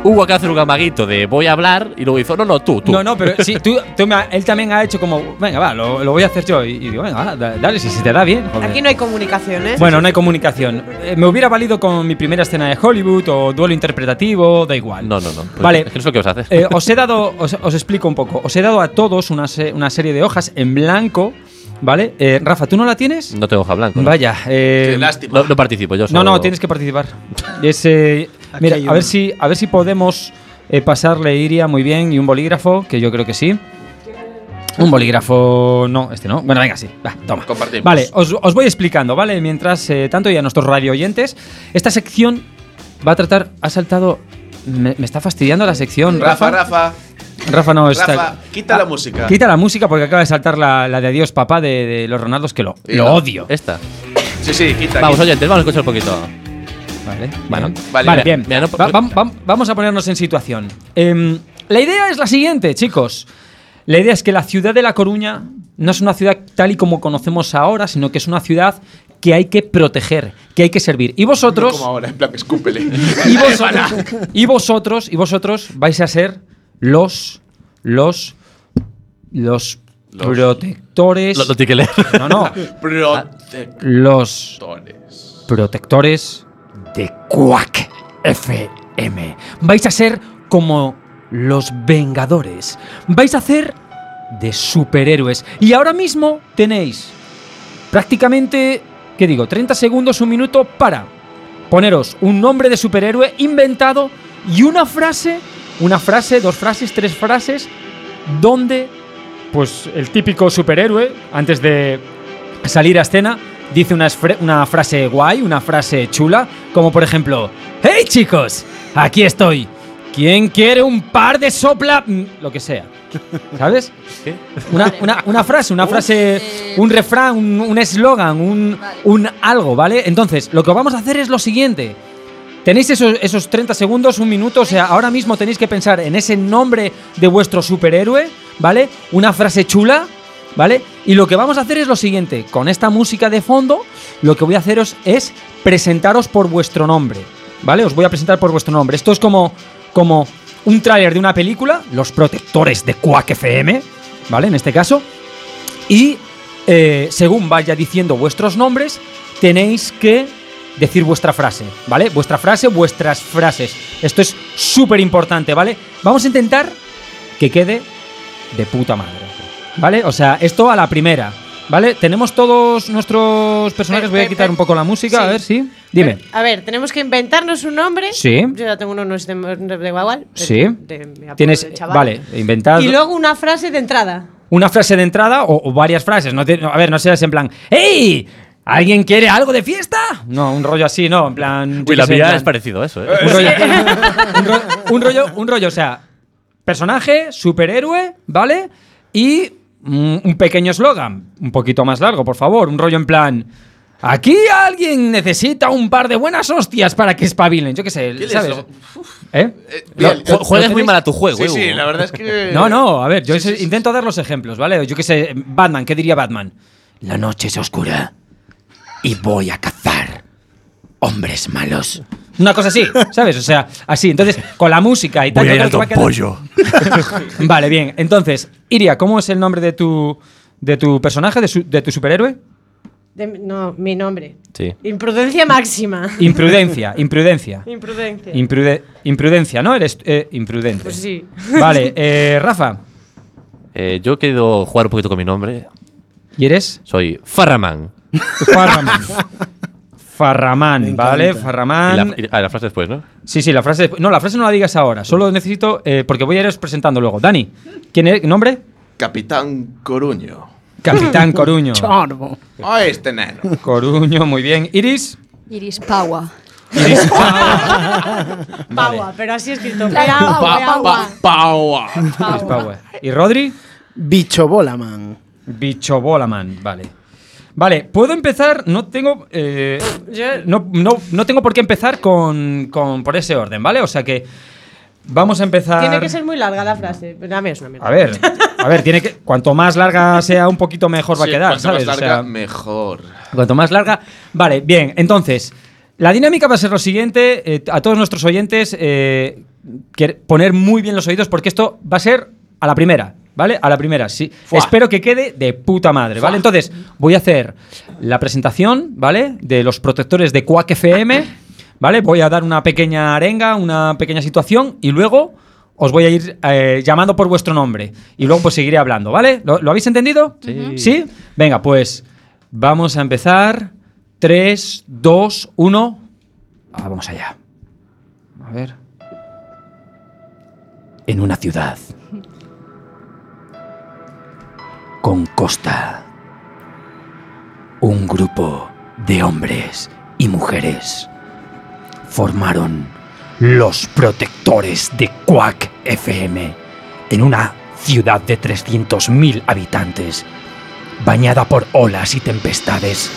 Speaker 4: Hugo acá hace un gamaguito de voy a hablar y luego hizo, no, no, tú, tú.
Speaker 7: No, no, pero sí, tú, tú me ha- él también ha hecho como, venga, va, lo, lo voy a hacer yo. Y, y digo, venga, va, da- dale, si se te da bien. joder.
Speaker 9: Aquí no hay comunicación, ¿eh?
Speaker 7: Bueno, no hay comunicación. Eh, me hubiera valido con mi primera escena de Hollywood o duelo interpretativo, da igual.
Speaker 4: No, no, no. Pues
Speaker 7: Vale.
Speaker 4: Es que no sé lo que vas a hacer.
Speaker 7: Eh, os he dado, os, os explico un poco. Os he dado a todos una, se- una serie de hojas en blanco, ¿vale? Eh, Rafa, ¿tú no la tienes?
Speaker 4: no tengo hoja blanca. ¿no?
Speaker 7: Vaya. eh,
Speaker 6: Qué lástima.
Speaker 4: No, no participo, yo
Speaker 7: no,
Speaker 4: solo-
Speaker 7: no, tienes que participar. Es, eh,
Speaker 5: Aquí
Speaker 7: mira,
Speaker 5: hay
Speaker 7: a ver,
Speaker 5: una.
Speaker 7: si, a ver si podemos eh, pasarle Iria muy bien y un bolígrafo, que yo creo que sí. Un bolígrafo, no, este no. Bueno, venga, sí. Va, toma.
Speaker 6: Compartimos.
Speaker 7: Vale, os, os voy explicando, ¿vale? Mientras eh, tanto y a nuestros radio oyentes, esta sección va a tratar. Ha saltado. Me, me está fastidiando la sección,
Speaker 6: Rafa,
Speaker 7: Rafa.
Speaker 6: Rafa,
Speaker 7: Rafa no está. Ah,
Speaker 6: Rafa, quita la música.
Speaker 7: Quita la música porque acaba de saltar la, la de Adiós, papá, de, de los Ronaldos, que lo,
Speaker 6: Y
Speaker 7: lo
Speaker 6: no.
Speaker 7: odio.
Speaker 4: Esta.
Speaker 6: Sí, sí, quita.
Speaker 4: Vamos,
Speaker 6: quita.
Speaker 4: oyentes, vamos a escuchar un poquito.
Speaker 7: Vale, bueno.
Speaker 6: Vale.
Speaker 7: bien.
Speaker 4: Mira, no-
Speaker 7: Va- vam- vam- vamos a ponernos en situación. Em, la idea es la siguiente, chicos. La idea es que la ciudad de La Coruña no es una ciudad tal y como conocemos ahora, sino que es una ciudad que hay que proteger, que hay que servir. Y
Speaker 6: No
Speaker 7: vosotros,
Speaker 6: Como ahora, en plan, escúpele.
Speaker 7: y vosotros, y vosotros, y vosotros vais a ser los, los, los,
Speaker 6: Los.
Speaker 7: protectores.
Speaker 4: Lo, lo tiene que leer.
Speaker 7: no, no,
Speaker 6: Protectores.
Speaker 7: los protectores de Quack FM. Vais a ser como los Vengadores. Vais a hacer de superhéroes. Y ahora mismo tenéis prácticamente, ¿qué digo? 30 segundos, un minuto para poneros un nombre de superhéroe inventado y una frase, una frase, dos frases, tres frases, donde pues el típico superhéroe, antes de salir a escena, dice una, esfre- una frase guay, una frase chula, como por ejemplo, ¡Hey chicos! Aquí estoy. ¿Quién quiere un par de sopla... mm, lo que sea? ¿Sabes?
Speaker 4: ¿Qué?
Speaker 7: Una, una- una frase, una frase,
Speaker 8: eh,
Speaker 7: un refrán, un un eslogan, un,
Speaker 8: Vale.
Speaker 7: un algo, ¿vale? Entonces, lo que vamos a hacer es lo siguiente. Tenéis esos, esos 30 segundos, un minuto, o sea, ahora mismo tenéis que pensar en ese nombre de vuestro superhéroe, ¿vale? Una frase chula, ¿vale? Y lo que vamos a hacer es lo siguiente, con esta música de fondo, lo que voy a haceros es presentaros por vuestro nombre, ¿vale? Os voy a presentar por vuestro nombre. Esto es como, como un tráiler de una película, Los Protectores de Quack FM, ¿vale? En este caso, y eh, según vaya diciendo vuestros nombres, tenéis que decir vuestra frase, ¿vale? Vuestra frase, vuestras frases. Esto es súper importante, ¿vale? Vamos a intentar que quede de puta madre, ¿vale? O sea, esto a la primera, ¿vale? Tenemos todos nuestros personajes. Voy a
Speaker 9: Pe- pe-
Speaker 7: quitar un poco la música, a
Speaker 9: sí.
Speaker 7: ver si. Dime.
Speaker 9: A ver, tenemos que inventarnos un nombre.
Speaker 7: Sí.
Speaker 9: Yo ya tengo uno, no es de, de de Guagual. de-
Speaker 7: Sí.
Speaker 9: de- me apodo
Speaker 7: Tienes.
Speaker 9: del chaval.
Speaker 7: Vale, inventado.
Speaker 9: Y luego una frase de entrada.
Speaker 7: una frase de entrada o, o varias frases. No te- no, a ver, no seas en plan, ¡Ey! ¿Alguien quiere algo de fiesta? No, un rollo así, no, en plan. yo
Speaker 4: Uy, la
Speaker 7: qué sé, en
Speaker 4: mía
Speaker 7: plan-
Speaker 4: es parecido a eso, ¿eh?
Speaker 7: un rollo, un, ro- un rollo, un rollo, o sea, personaje, superhéroe, ¿vale? Y mm, un pequeño eslogan, un poquito más largo, por favor, un rollo en plan. Aquí alguien necesita un par de buenas hostias para que espabilen. Yo qué sé,
Speaker 6: ¿Qué
Speaker 7: ¿sabes?
Speaker 6: les-
Speaker 7: ¿Eh?
Speaker 6: Eh,
Speaker 4: No,
Speaker 6: bien,
Speaker 4: ju- juegas muy
Speaker 7: tenéis?
Speaker 4: mal a tu juego,
Speaker 6: Sí,
Speaker 4: eh,
Speaker 6: sí,
Speaker 4: Hugo.
Speaker 6: la verdad es que.
Speaker 7: No, no, a ver, yo
Speaker 6: Sí, sí,
Speaker 7: ese-
Speaker 6: sí.
Speaker 7: intento dar los ejemplos, ¿vale? Yo qué sé, Batman, ¿qué diría Batman? La noche es oscura y voy a cazar hombres malos. Una cosa así, ¿sabes? O sea, así. Entonces, con la música y tal. yo creo que va a quedar- Vale, bien. Entonces, Iria, ¿cómo es el nombre de tu, de tu personaje, de, su- de tu superhéroe?
Speaker 9: De- no, mi nombre.
Speaker 4: Sí.
Speaker 9: Imprudencia máxima.
Speaker 7: Imprudencia, imprudencia.
Speaker 9: Imprudencia.
Speaker 7: Imprude- imprudencia, ¿no? Eres eh, imprudente.
Speaker 9: pues sí.
Speaker 7: Vale, eh, Rafa,
Speaker 4: Eh, yo he querido jugar un poquito con mi nombre.
Speaker 7: ¿y eres?
Speaker 4: Soy Farraman.
Speaker 7: Farraman. Farraman, ¿vale?
Speaker 4: Y
Speaker 7: Farraman.
Speaker 4: la, y- ah, la frase después, ¿no?
Speaker 7: Sí, sí, la frase. No, la frase no la digas ahora. Solo necesito. eh, porque voy a iros presentando luego. Dani, ¿quién es? ¿Nombre?
Speaker 6: Capitán Coruño.
Speaker 7: Capitán Coruño.
Speaker 5: Chorbo.
Speaker 6: Ah, este neno.
Speaker 7: Coruño, muy bien. Iris.
Speaker 8: Iris Paua.
Speaker 7: Iris.
Speaker 9: Paua, pero así escrito.
Speaker 8: Claro,
Speaker 9: Paua,
Speaker 8: paua,
Speaker 9: paua,
Speaker 8: paua.
Speaker 6: Paua.
Speaker 9: paua.
Speaker 7: Iris Power. ¿Y Rodri?
Speaker 5: Bicho bola, man.
Speaker 7: Bicho Bolaman, vale. Vale, puedo empezar. No tengo. eh,
Speaker 9: Yo-
Speaker 7: no, no- no tengo por qué empezar con, con- por ese orden, ¿vale? O sea que. Vamos a empezar.
Speaker 9: Tiene que ser muy larga la frase. pero A mí es una mierda.
Speaker 7: A ver, a ver, tiene que. Cuanto más larga sea, un poquito mejor va a
Speaker 6: Sí,
Speaker 7: quedar,
Speaker 6: cuanto
Speaker 7: ¿sabes?
Speaker 6: Más
Speaker 7: O
Speaker 6: larga,
Speaker 7: sea,
Speaker 6: mejor.
Speaker 7: Cuanto más larga. Vale, bien. Entonces, la dinámica va a ser lo siguiente. eh, a todos nuestros oyentes, eh, quer- poner muy bien los oídos porque esto va a ser a la primera. ¿Vale? A la primera, sí.
Speaker 6: Fuá.
Speaker 7: Espero que quede de puta madre, ¿vale? Entonces, voy a hacer la presentación, ¿vale? De los protectores de Quack FM, ¿vale? Voy a dar una pequeña arenga, una pequeña situación y luego os voy a ir eh, llamando por vuestro nombre. Y luego pues seguiré hablando, ¿vale? ¿Lo, lo habéis entendido?
Speaker 4: Sí.
Speaker 7: ¿Sí? Venga, pues vamos a empezar. 3, 2, 1. Ah, vamos allá. A ver. En una ciudad. Con costa. Un grupo de hombres y mujeres formaron los protectores de Quack FM en una ciudad de 300.000 habitantes bañada por olas y tempestades.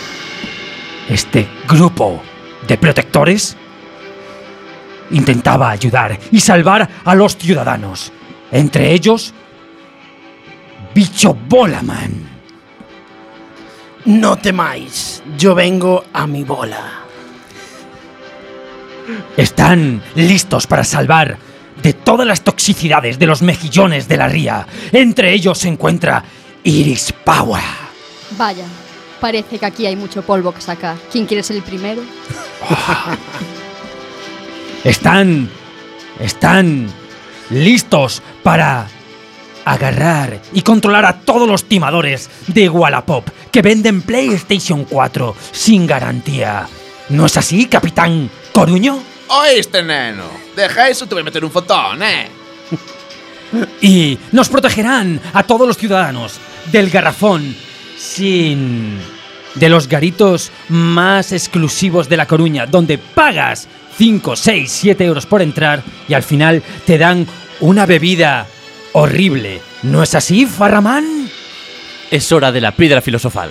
Speaker 7: Este grupo de protectores intentaba ayudar y salvar a los ciudadanos, entre ellos Bicho Bolaman.
Speaker 5: No temáis, yo vengo a mi bola.
Speaker 7: Están listos para salvar de todas las toxicidades de los mejillones de la ría. Entre ellos se encuentra Iris Power.
Speaker 8: Vaya, parece que aquí hay mucho polvo que sacar. ¿Quién quiere ser el primero?
Speaker 7: Están. Están. listos para. agarrar y controlar a todos los timadores de Wallapop que venden PlayStation 4 sin garantía. ¿No es así, Capitán Coruño?
Speaker 6: Ah, este neno. Deja eso, te voy a meter un fotón, eh.
Speaker 7: Y nos protegerán a todos los ciudadanos del garrafón sin... De los garitos más exclusivos de La Coruña, donde pagas 5, 6, 7 euros por entrar y al final te dan una bebida horrible. ¿No es así, Farramán?
Speaker 4: Es hora de la piedra filosofal.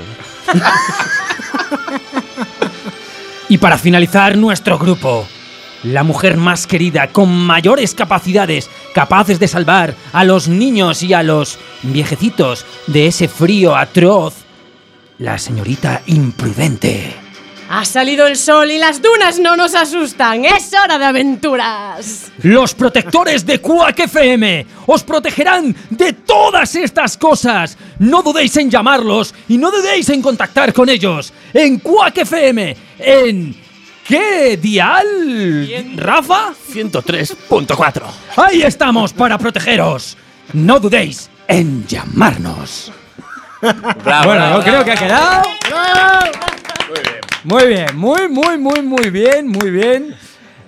Speaker 7: Y para finalizar, nuestro grupo. La mujer más querida, con mayores capacidades, capaces de salvar a los niños y a los viejecitos de ese frío atroz. La señorita imprudente.
Speaker 9: Ha salido el sol y las dunas no nos asustan. Es hora de aventuras.
Speaker 7: Los protectores de Quack FM os protegerán de todas estas cosas. No dudéis en llamarlos y no dudéis en contactar con ellos. En Quack FM, en. ¿Qué dial? ¿Rafa?
Speaker 4: 103.4.
Speaker 7: Ahí estamos para protegeros. No dudéis en llamarnos.
Speaker 4: Ah,
Speaker 7: bueno, yo creo que ha quedado. Muy bien, muy, muy, muy, muy bien, muy bien.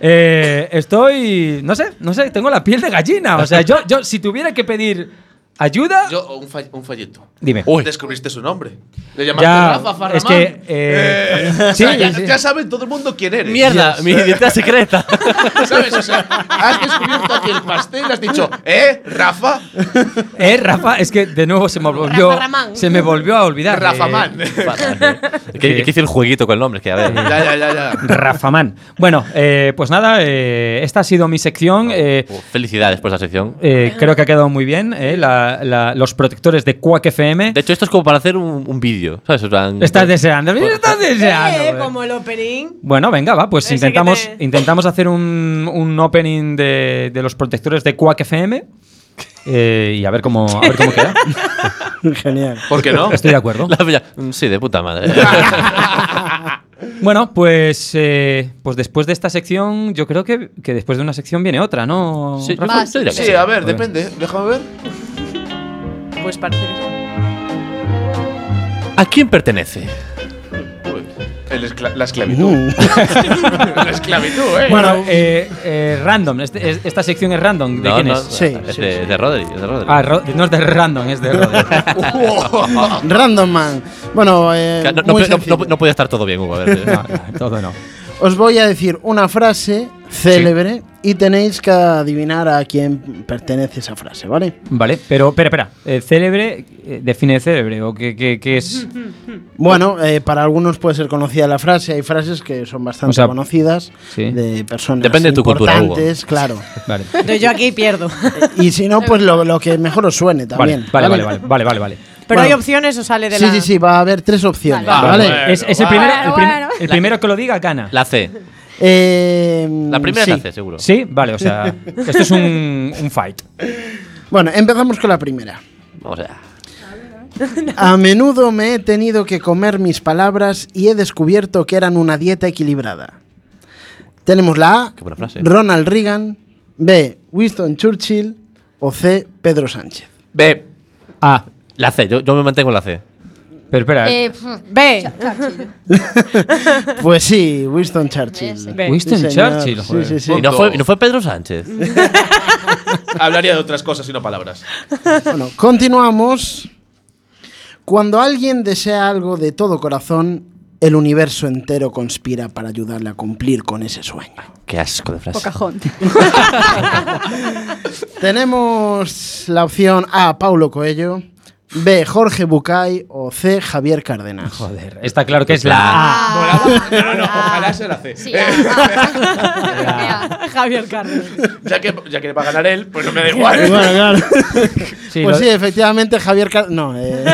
Speaker 7: Eh, estoy, no sé, no sé, tengo la piel de gallina. O sea, yo, yo si tuviera que pedir ayuda,
Speaker 6: Yo, un, fall- un folleto.
Speaker 7: dime.
Speaker 4: Uy.
Speaker 6: Descubriste su nombre. Le llamaste
Speaker 7: Ya,
Speaker 6: Rafa Farramán.
Speaker 7: es que eh, sí,
Speaker 6: O sea, ya,
Speaker 7: sí.
Speaker 6: ya sabe todo el mundo quién eres.
Speaker 4: Mierda, mi identidad secreta.
Speaker 6: ¿Sabes? O sea, has descubierto aquí el pastel, has dicho, ¿eh, Rafa?
Speaker 7: Eh, Rafa, es que de nuevo se me volvió,
Speaker 9: Rafa Ramán.
Speaker 7: se me volvió a olvidar.
Speaker 6: Rafa
Speaker 7: eh,
Speaker 6: Man.
Speaker 4: que, que hice el jueguito con el nombre, que a ver.
Speaker 6: ya, ya, ya, ya.
Speaker 7: Rafaman. Bueno, eh, pues nada, eh, esta ha sido mi sección. eh,
Speaker 4: Oh, Felicidades por esa sección.
Speaker 7: eh, creo que ha quedado muy bien. eh, la- la- los protectores de Quack FM.
Speaker 4: De hecho, esto es como para hacer un, un vídeo, ¿sabes? En plan- eh,
Speaker 7: Estás deseando, estás deseando.
Speaker 9: Eh,
Speaker 7: eh.
Speaker 9: como el opening.
Speaker 7: Bueno, venga, va, pues
Speaker 9: Ese
Speaker 7: intentamos,
Speaker 9: que te-
Speaker 7: intentamos hacer un, un opening de, de los protectores de Quack FM eh, y a ver cómo, a ver cómo queda.
Speaker 5: Genial.
Speaker 6: ¿Por qué no?
Speaker 7: Estoy de acuerdo.
Speaker 4: La bella- Mm, Sí, de puta madre.
Speaker 7: Bueno, pues, eh, pues después de esta sección, yo creo que, que después de una sección viene otra, ¿no?
Speaker 4: Sí, yo-
Speaker 7: Rafa?
Speaker 8: Más.
Speaker 4: yo diría que
Speaker 6: Sí,
Speaker 4: sí.
Speaker 6: a ver, depende. Déjame ver.
Speaker 9: Pues parece que
Speaker 4: ¿A quién pertenece?
Speaker 6: Uy, el escla- la esclavitud. la esclavitud, ¿eh?
Speaker 7: Bueno, eh, eh, random. Este- es- esta sección es random. ¿De
Speaker 4: No,
Speaker 7: quién
Speaker 4: no,
Speaker 7: es?
Speaker 4: no,
Speaker 5: Sí,
Speaker 4: es
Speaker 5: sí,
Speaker 4: de, de Rodri. es de Rodri.
Speaker 7: Ah, Ro- no es de random, es de Rodri.
Speaker 5: Random Man. Bueno, eh,
Speaker 4: no, no,
Speaker 5: muy
Speaker 4: no- no-
Speaker 5: sencillo.
Speaker 4: no podía estar todo bien, Hugo. a ver. eh.
Speaker 7: No, no, todo no.
Speaker 5: Os voy a decir una frase célebre y tenéis que adivinar a quién pertenece esa frase, ¿vale?
Speaker 7: Vale, pero espera, espera. Eh, ¿Célebre? eh, ¿Define célebre? ¿O qué, qué- qué es?
Speaker 5: Bueno, eh, para algunos puede ser conocida la frase, hay frases que son bastante
Speaker 7: O sea,
Speaker 5: conocidas
Speaker 7: sí.
Speaker 5: de personas
Speaker 4: Depende de tu cultura, Hugo.
Speaker 5: importantes, claro.
Speaker 7: Vale.
Speaker 9: sí. Yo aquí pierdo.
Speaker 5: Y si no, pues lo, lo que mejor os suene
Speaker 7: Vale,
Speaker 5: también.
Speaker 7: vale, vale, vale, vale, vale, vale.
Speaker 9: Pero
Speaker 5: Bueno.
Speaker 9: hay opciones o sale de
Speaker 5: Sí,
Speaker 9: la.
Speaker 5: sí, sí, va a haber tres opciones,
Speaker 8: Vale.
Speaker 5: Ah, ¿vale?
Speaker 7: Es, es el,
Speaker 6: Bueno,
Speaker 7: primero, el, prim-
Speaker 8: bueno.
Speaker 7: el primero que lo diga gana.
Speaker 4: La C.
Speaker 5: Eh,
Speaker 4: La primera
Speaker 5: sí.
Speaker 4: es la C, seguro.
Speaker 7: Sí, vale, o sea, esto es un, un fight.
Speaker 5: Bueno, empezamos con la primera.
Speaker 4: Vamos allá.
Speaker 5: A menudo me he tenido que comer mis palabras y he descubierto que eran una dieta equilibrada. Tenemos la A,
Speaker 4: Qué buena frase.
Speaker 5: Ronald Reagan, B, Winston Churchill o C, Pedro Sánchez.
Speaker 4: B.
Speaker 7: Ah,
Speaker 4: La C. Yo, yo me mantengo en la C.
Speaker 7: pero espera.
Speaker 8: Eh, pf,
Speaker 9: B.
Speaker 8: Churchill.
Speaker 5: Pues sí, Winston Churchill.
Speaker 8: Ese.
Speaker 9: B.
Speaker 7: Winston
Speaker 5: Sí, señor.
Speaker 7: Churchill, joder.
Speaker 5: Sí, sí, sí.
Speaker 4: Y no fue, y no fue Pedro Sánchez.
Speaker 6: Hablaría de otras cosas y no palabras.
Speaker 5: Bueno, continuamos. Cuando alguien desea algo de todo corazón, el universo entero conspira para ayudarle a cumplir con ese sueño.
Speaker 4: Qué asco de frase.
Speaker 8: Pocahontas.
Speaker 5: Tenemos la opción A, Paulo Coello, B, Jorge Bucay o C, Javier Cárdenas.
Speaker 7: Joder, está claro que es la A.
Speaker 8: Ah,
Speaker 6: No, no, ojalá se la C.
Speaker 8: sí, ah, ah, ah.
Speaker 9: Javier Carlos.
Speaker 6: Ya que, ya que va a ganar él, pues no me da igual.
Speaker 5: Bueno, claro.
Speaker 7: Sí, lo-
Speaker 5: pues sí, efectivamente, Javier Cárdenas. No, eh,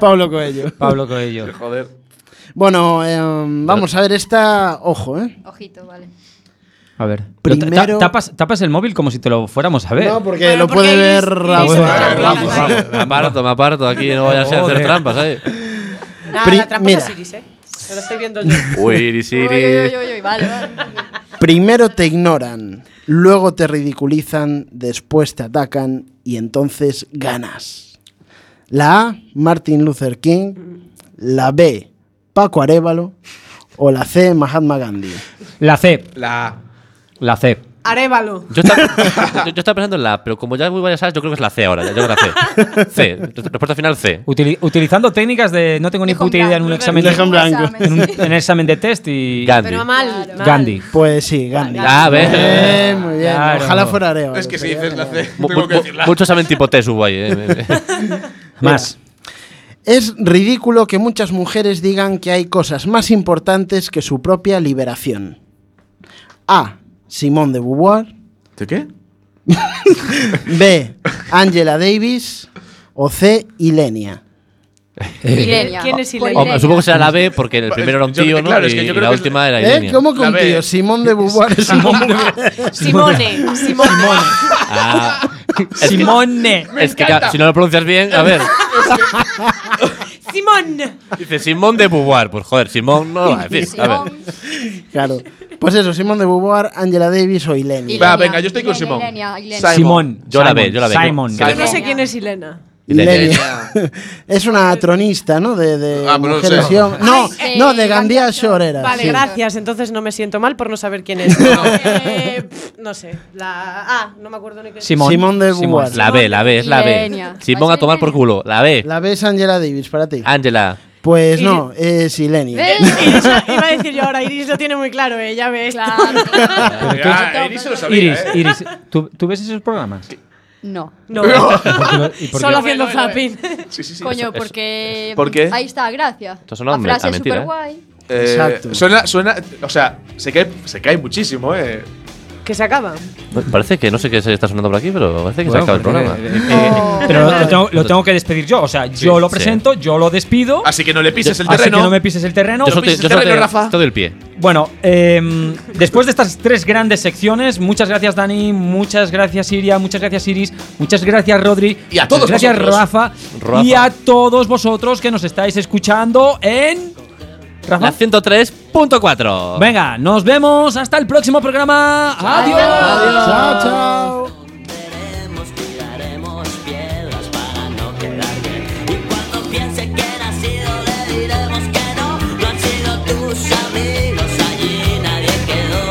Speaker 5: Paulo Coello.
Speaker 7: Pablo Coelho.
Speaker 6: Joder.
Speaker 5: Bueno, em, vamos a ver esta. Ojo, ¿eh?
Speaker 8: ah. Ojito, vale.
Speaker 7: A ver.
Speaker 5: Primero-
Speaker 7: Ta- ta- tapas, tapas el móvil como si te lo fuéramos a ver.
Speaker 5: No, porque
Speaker 9: Bueno,
Speaker 5: lo
Speaker 9: porque
Speaker 5: puede
Speaker 9: ahí
Speaker 5: ver
Speaker 9: es-
Speaker 5: Rafa.
Speaker 9: es-
Speaker 6: Vale, vamos, vamos.
Speaker 4: Me aparto, me aparto. Aquí no vayas a hacer
Speaker 7: Joder.
Speaker 4: trampas, ¿eh?
Speaker 9: Nada,
Speaker 5: Pri-
Speaker 9: la trampa
Speaker 5: mira.
Speaker 9: es Iris, eh. Te lo estoy viendo yo.
Speaker 4: Uy, iris,
Speaker 8: Uy,
Speaker 4: iris.
Speaker 8: uy, uy, uy, vale, vale.
Speaker 5: Primero te ignoran, luego te ridiculizan, después te atacan y entonces ganas. La A, Martin Luther King. La B, Paco Arevalo. O la C, Mahatma Gandhi.
Speaker 7: La C.
Speaker 6: La.
Speaker 7: La C.
Speaker 1: Arévalo.
Speaker 4: Yo estaba, yo- yo estaba pensando en la A, pero como ya voy varias A's, yo creo que es la C ahora. Ya llego a la C. C. Respuesta final C.
Speaker 7: Utili- utilizando técnicas de no tengo ni
Speaker 8: Dejo
Speaker 7: puta idea en un examen de,
Speaker 5: Dejo en blanco.
Speaker 7: en un- en el examen de test y
Speaker 4: Gandhi.
Speaker 9: Pero mal.
Speaker 8: Claro.
Speaker 9: mal.
Speaker 7: Gandhi.
Speaker 5: Pues sí, Gandhi.
Speaker 4: Ah, ¿ves?
Speaker 5: Bien, muy bien.
Speaker 7: Claro.
Speaker 5: Ojalá fuera Areva.
Speaker 6: Es que si dices la C,
Speaker 4: Mu-
Speaker 6: tengo
Speaker 4: mu-
Speaker 6: que
Speaker 4: mu-
Speaker 6: decirla.
Speaker 4: Muchos saben tipo test hubo ahí. eh.
Speaker 7: Más.
Speaker 5: Es ridículo que muchas mujeres digan que hay cosas más importantes que su propia liberación. A. Simone de Beauvoir.
Speaker 6: ¿De qué?
Speaker 5: B. Angela Davis. O C. Ilenia.
Speaker 8: Ilenia.
Speaker 9: ¿Quién es
Speaker 8: Por
Speaker 9: Ilenia?
Speaker 4: Hombre, supongo que será la B porque el primero era un
Speaker 6: Yo-
Speaker 4: tío, ¿no?
Speaker 6: claro, es
Speaker 4: y
Speaker 6: que yo creo
Speaker 4: la
Speaker 6: que es-
Speaker 4: última era
Speaker 5: ¿Eh?
Speaker 4: Ilenia.
Speaker 5: ¿Cómo que
Speaker 6: La E,
Speaker 5: un
Speaker 6: B.
Speaker 5: tío? Simone de Beauvoir es una mujer.
Speaker 9: Simone. Simone.
Speaker 4: Ah,
Speaker 7: Simone.
Speaker 4: es que ya, si no lo pronuncias bien, a ver.
Speaker 9: Simone.
Speaker 4: Dice Simón de Beauvoir. Pues joder, Simón no lo va a decir. A ver.
Speaker 8: Simón,
Speaker 5: Claro. Pues eso, Simone de Beauvoir, Angela Davis o Ilenia.
Speaker 8: Ilenia,
Speaker 6: Va, venga, yo estoy con
Speaker 8: Ilenia,
Speaker 6: Simón.
Speaker 8: Ilenia, Ilenia.
Speaker 6: Simón.
Speaker 7: Simón.
Speaker 4: Yo la
Speaker 7: Simon,
Speaker 4: B, yo la B.
Speaker 7: Simon.
Speaker 4: Yo-
Speaker 9: Yo no sé quién es Ilena.
Speaker 5: Ilenia. es una tronista, ¿no? De, de
Speaker 6: Ah, pues no lo
Speaker 5: mujeres
Speaker 6: sé.
Speaker 5: y hombres. No,
Speaker 8: Ay,
Speaker 5: no,
Speaker 8: eh,
Speaker 5: de Gandía Shore era.
Speaker 9: Vale,
Speaker 5: sí.
Speaker 9: gracias. Entonces no me siento mal por no saber quién es. Eh, pf, no sé. La Ah, no me acuerdo ni qué.
Speaker 7: Simón.
Speaker 5: Simón de Beauvoir.
Speaker 4: La B, la B, es la B.
Speaker 8: Ilenia.
Speaker 4: Simón a tomar por culo. La B.
Speaker 5: ¿La ves Angela Davis para ti?
Speaker 4: Ángela.
Speaker 5: Pues no, es Ilenia.
Speaker 8: ¿Ves?
Speaker 9: Iris, iba a decir yo ahora, Iris lo tiene muy claro, ¿eh? ya ves.
Speaker 8: Claro.
Speaker 6: Ah, Iris se lo sabía.
Speaker 7: Iris,
Speaker 6: eh.
Speaker 7: Iris, ¿tú, tú ves esos programas?
Speaker 8: No.
Speaker 9: No,
Speaker 7: ¿Y por qué?
Speaker 9: solo haciendo zapping.
Speaker 6: Sí, sí, sí.
Speaker 8: Coño, porque.
Speaker 6: ¿Por qué?
Speaker 8: Ahí está, gracias.
Speaker 4: Esto suena a
Speaker 8: La frase
Speaker 4: a mentira,
Speaker 8: super guay.
Speaker 6: Eh,
Speaker 5: Exacto.
Speaker 6: Suena, suena, o sea, se cae, se cae muchísimo, eh.
Speaker 9: Que se acaba.
Speaker 4: Parece que no sé qué se está sonando por aquí, pero parece que
Speaker 7: Bueno,
Speaker 4: se acaba el
Speaker 7: porque-
Speaker 4: programa.
Speaker 7: eh, eh, pero lo tengo, lo tengo que despedir yo. O sea, yo lo
Speaker 4: sí.
Speaker 7: presento, yo lo despido.
Speaker 6: Así que no le pises el
Speaker 7: así que
Speaker 6: terreno.
Speaker 7: no pues, me pises el terreno.
Speaker 4: Yo solo te,
Speaker 6: pises
Speaker 4: yo solo te-
Speaker 6: terreno, Rafa.
Speaker 4: te doy el pie.
Speaker 7: Bueno, em, después de estas tres grandes secciones, muchas gracias Dani, muchas gracias Iria, muchas gracias Iris, muchas gracias Rodri,
Speaker 6: Y a
Speaker 7: muchas
Speaker 6: todos
Speaker 7: gracias
Speaker 6: vosotros.
Speaker 7: Rafa,
Speaker 4: Rafa.
Speaker 7: y a todos vosotros que nos estáis escuchando en Rafa.
Speaker 4: La 103.4.
Speaker 7: Venga, nos vemos hasta el próximo programa. Adiós.
Speaker 5: Chao, chao.
Speaker 10: Veremos, tiraremos piedras para no quedar bien. Y cuando piense que han sido, le diremos que no. No han sido tus amigos, allí nadie quedó.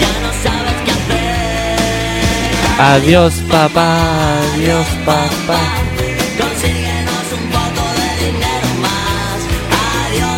Speaker 10: Ya no sabes qué hacer.
Speaker 4: Adiós, papá. Adiós, papá.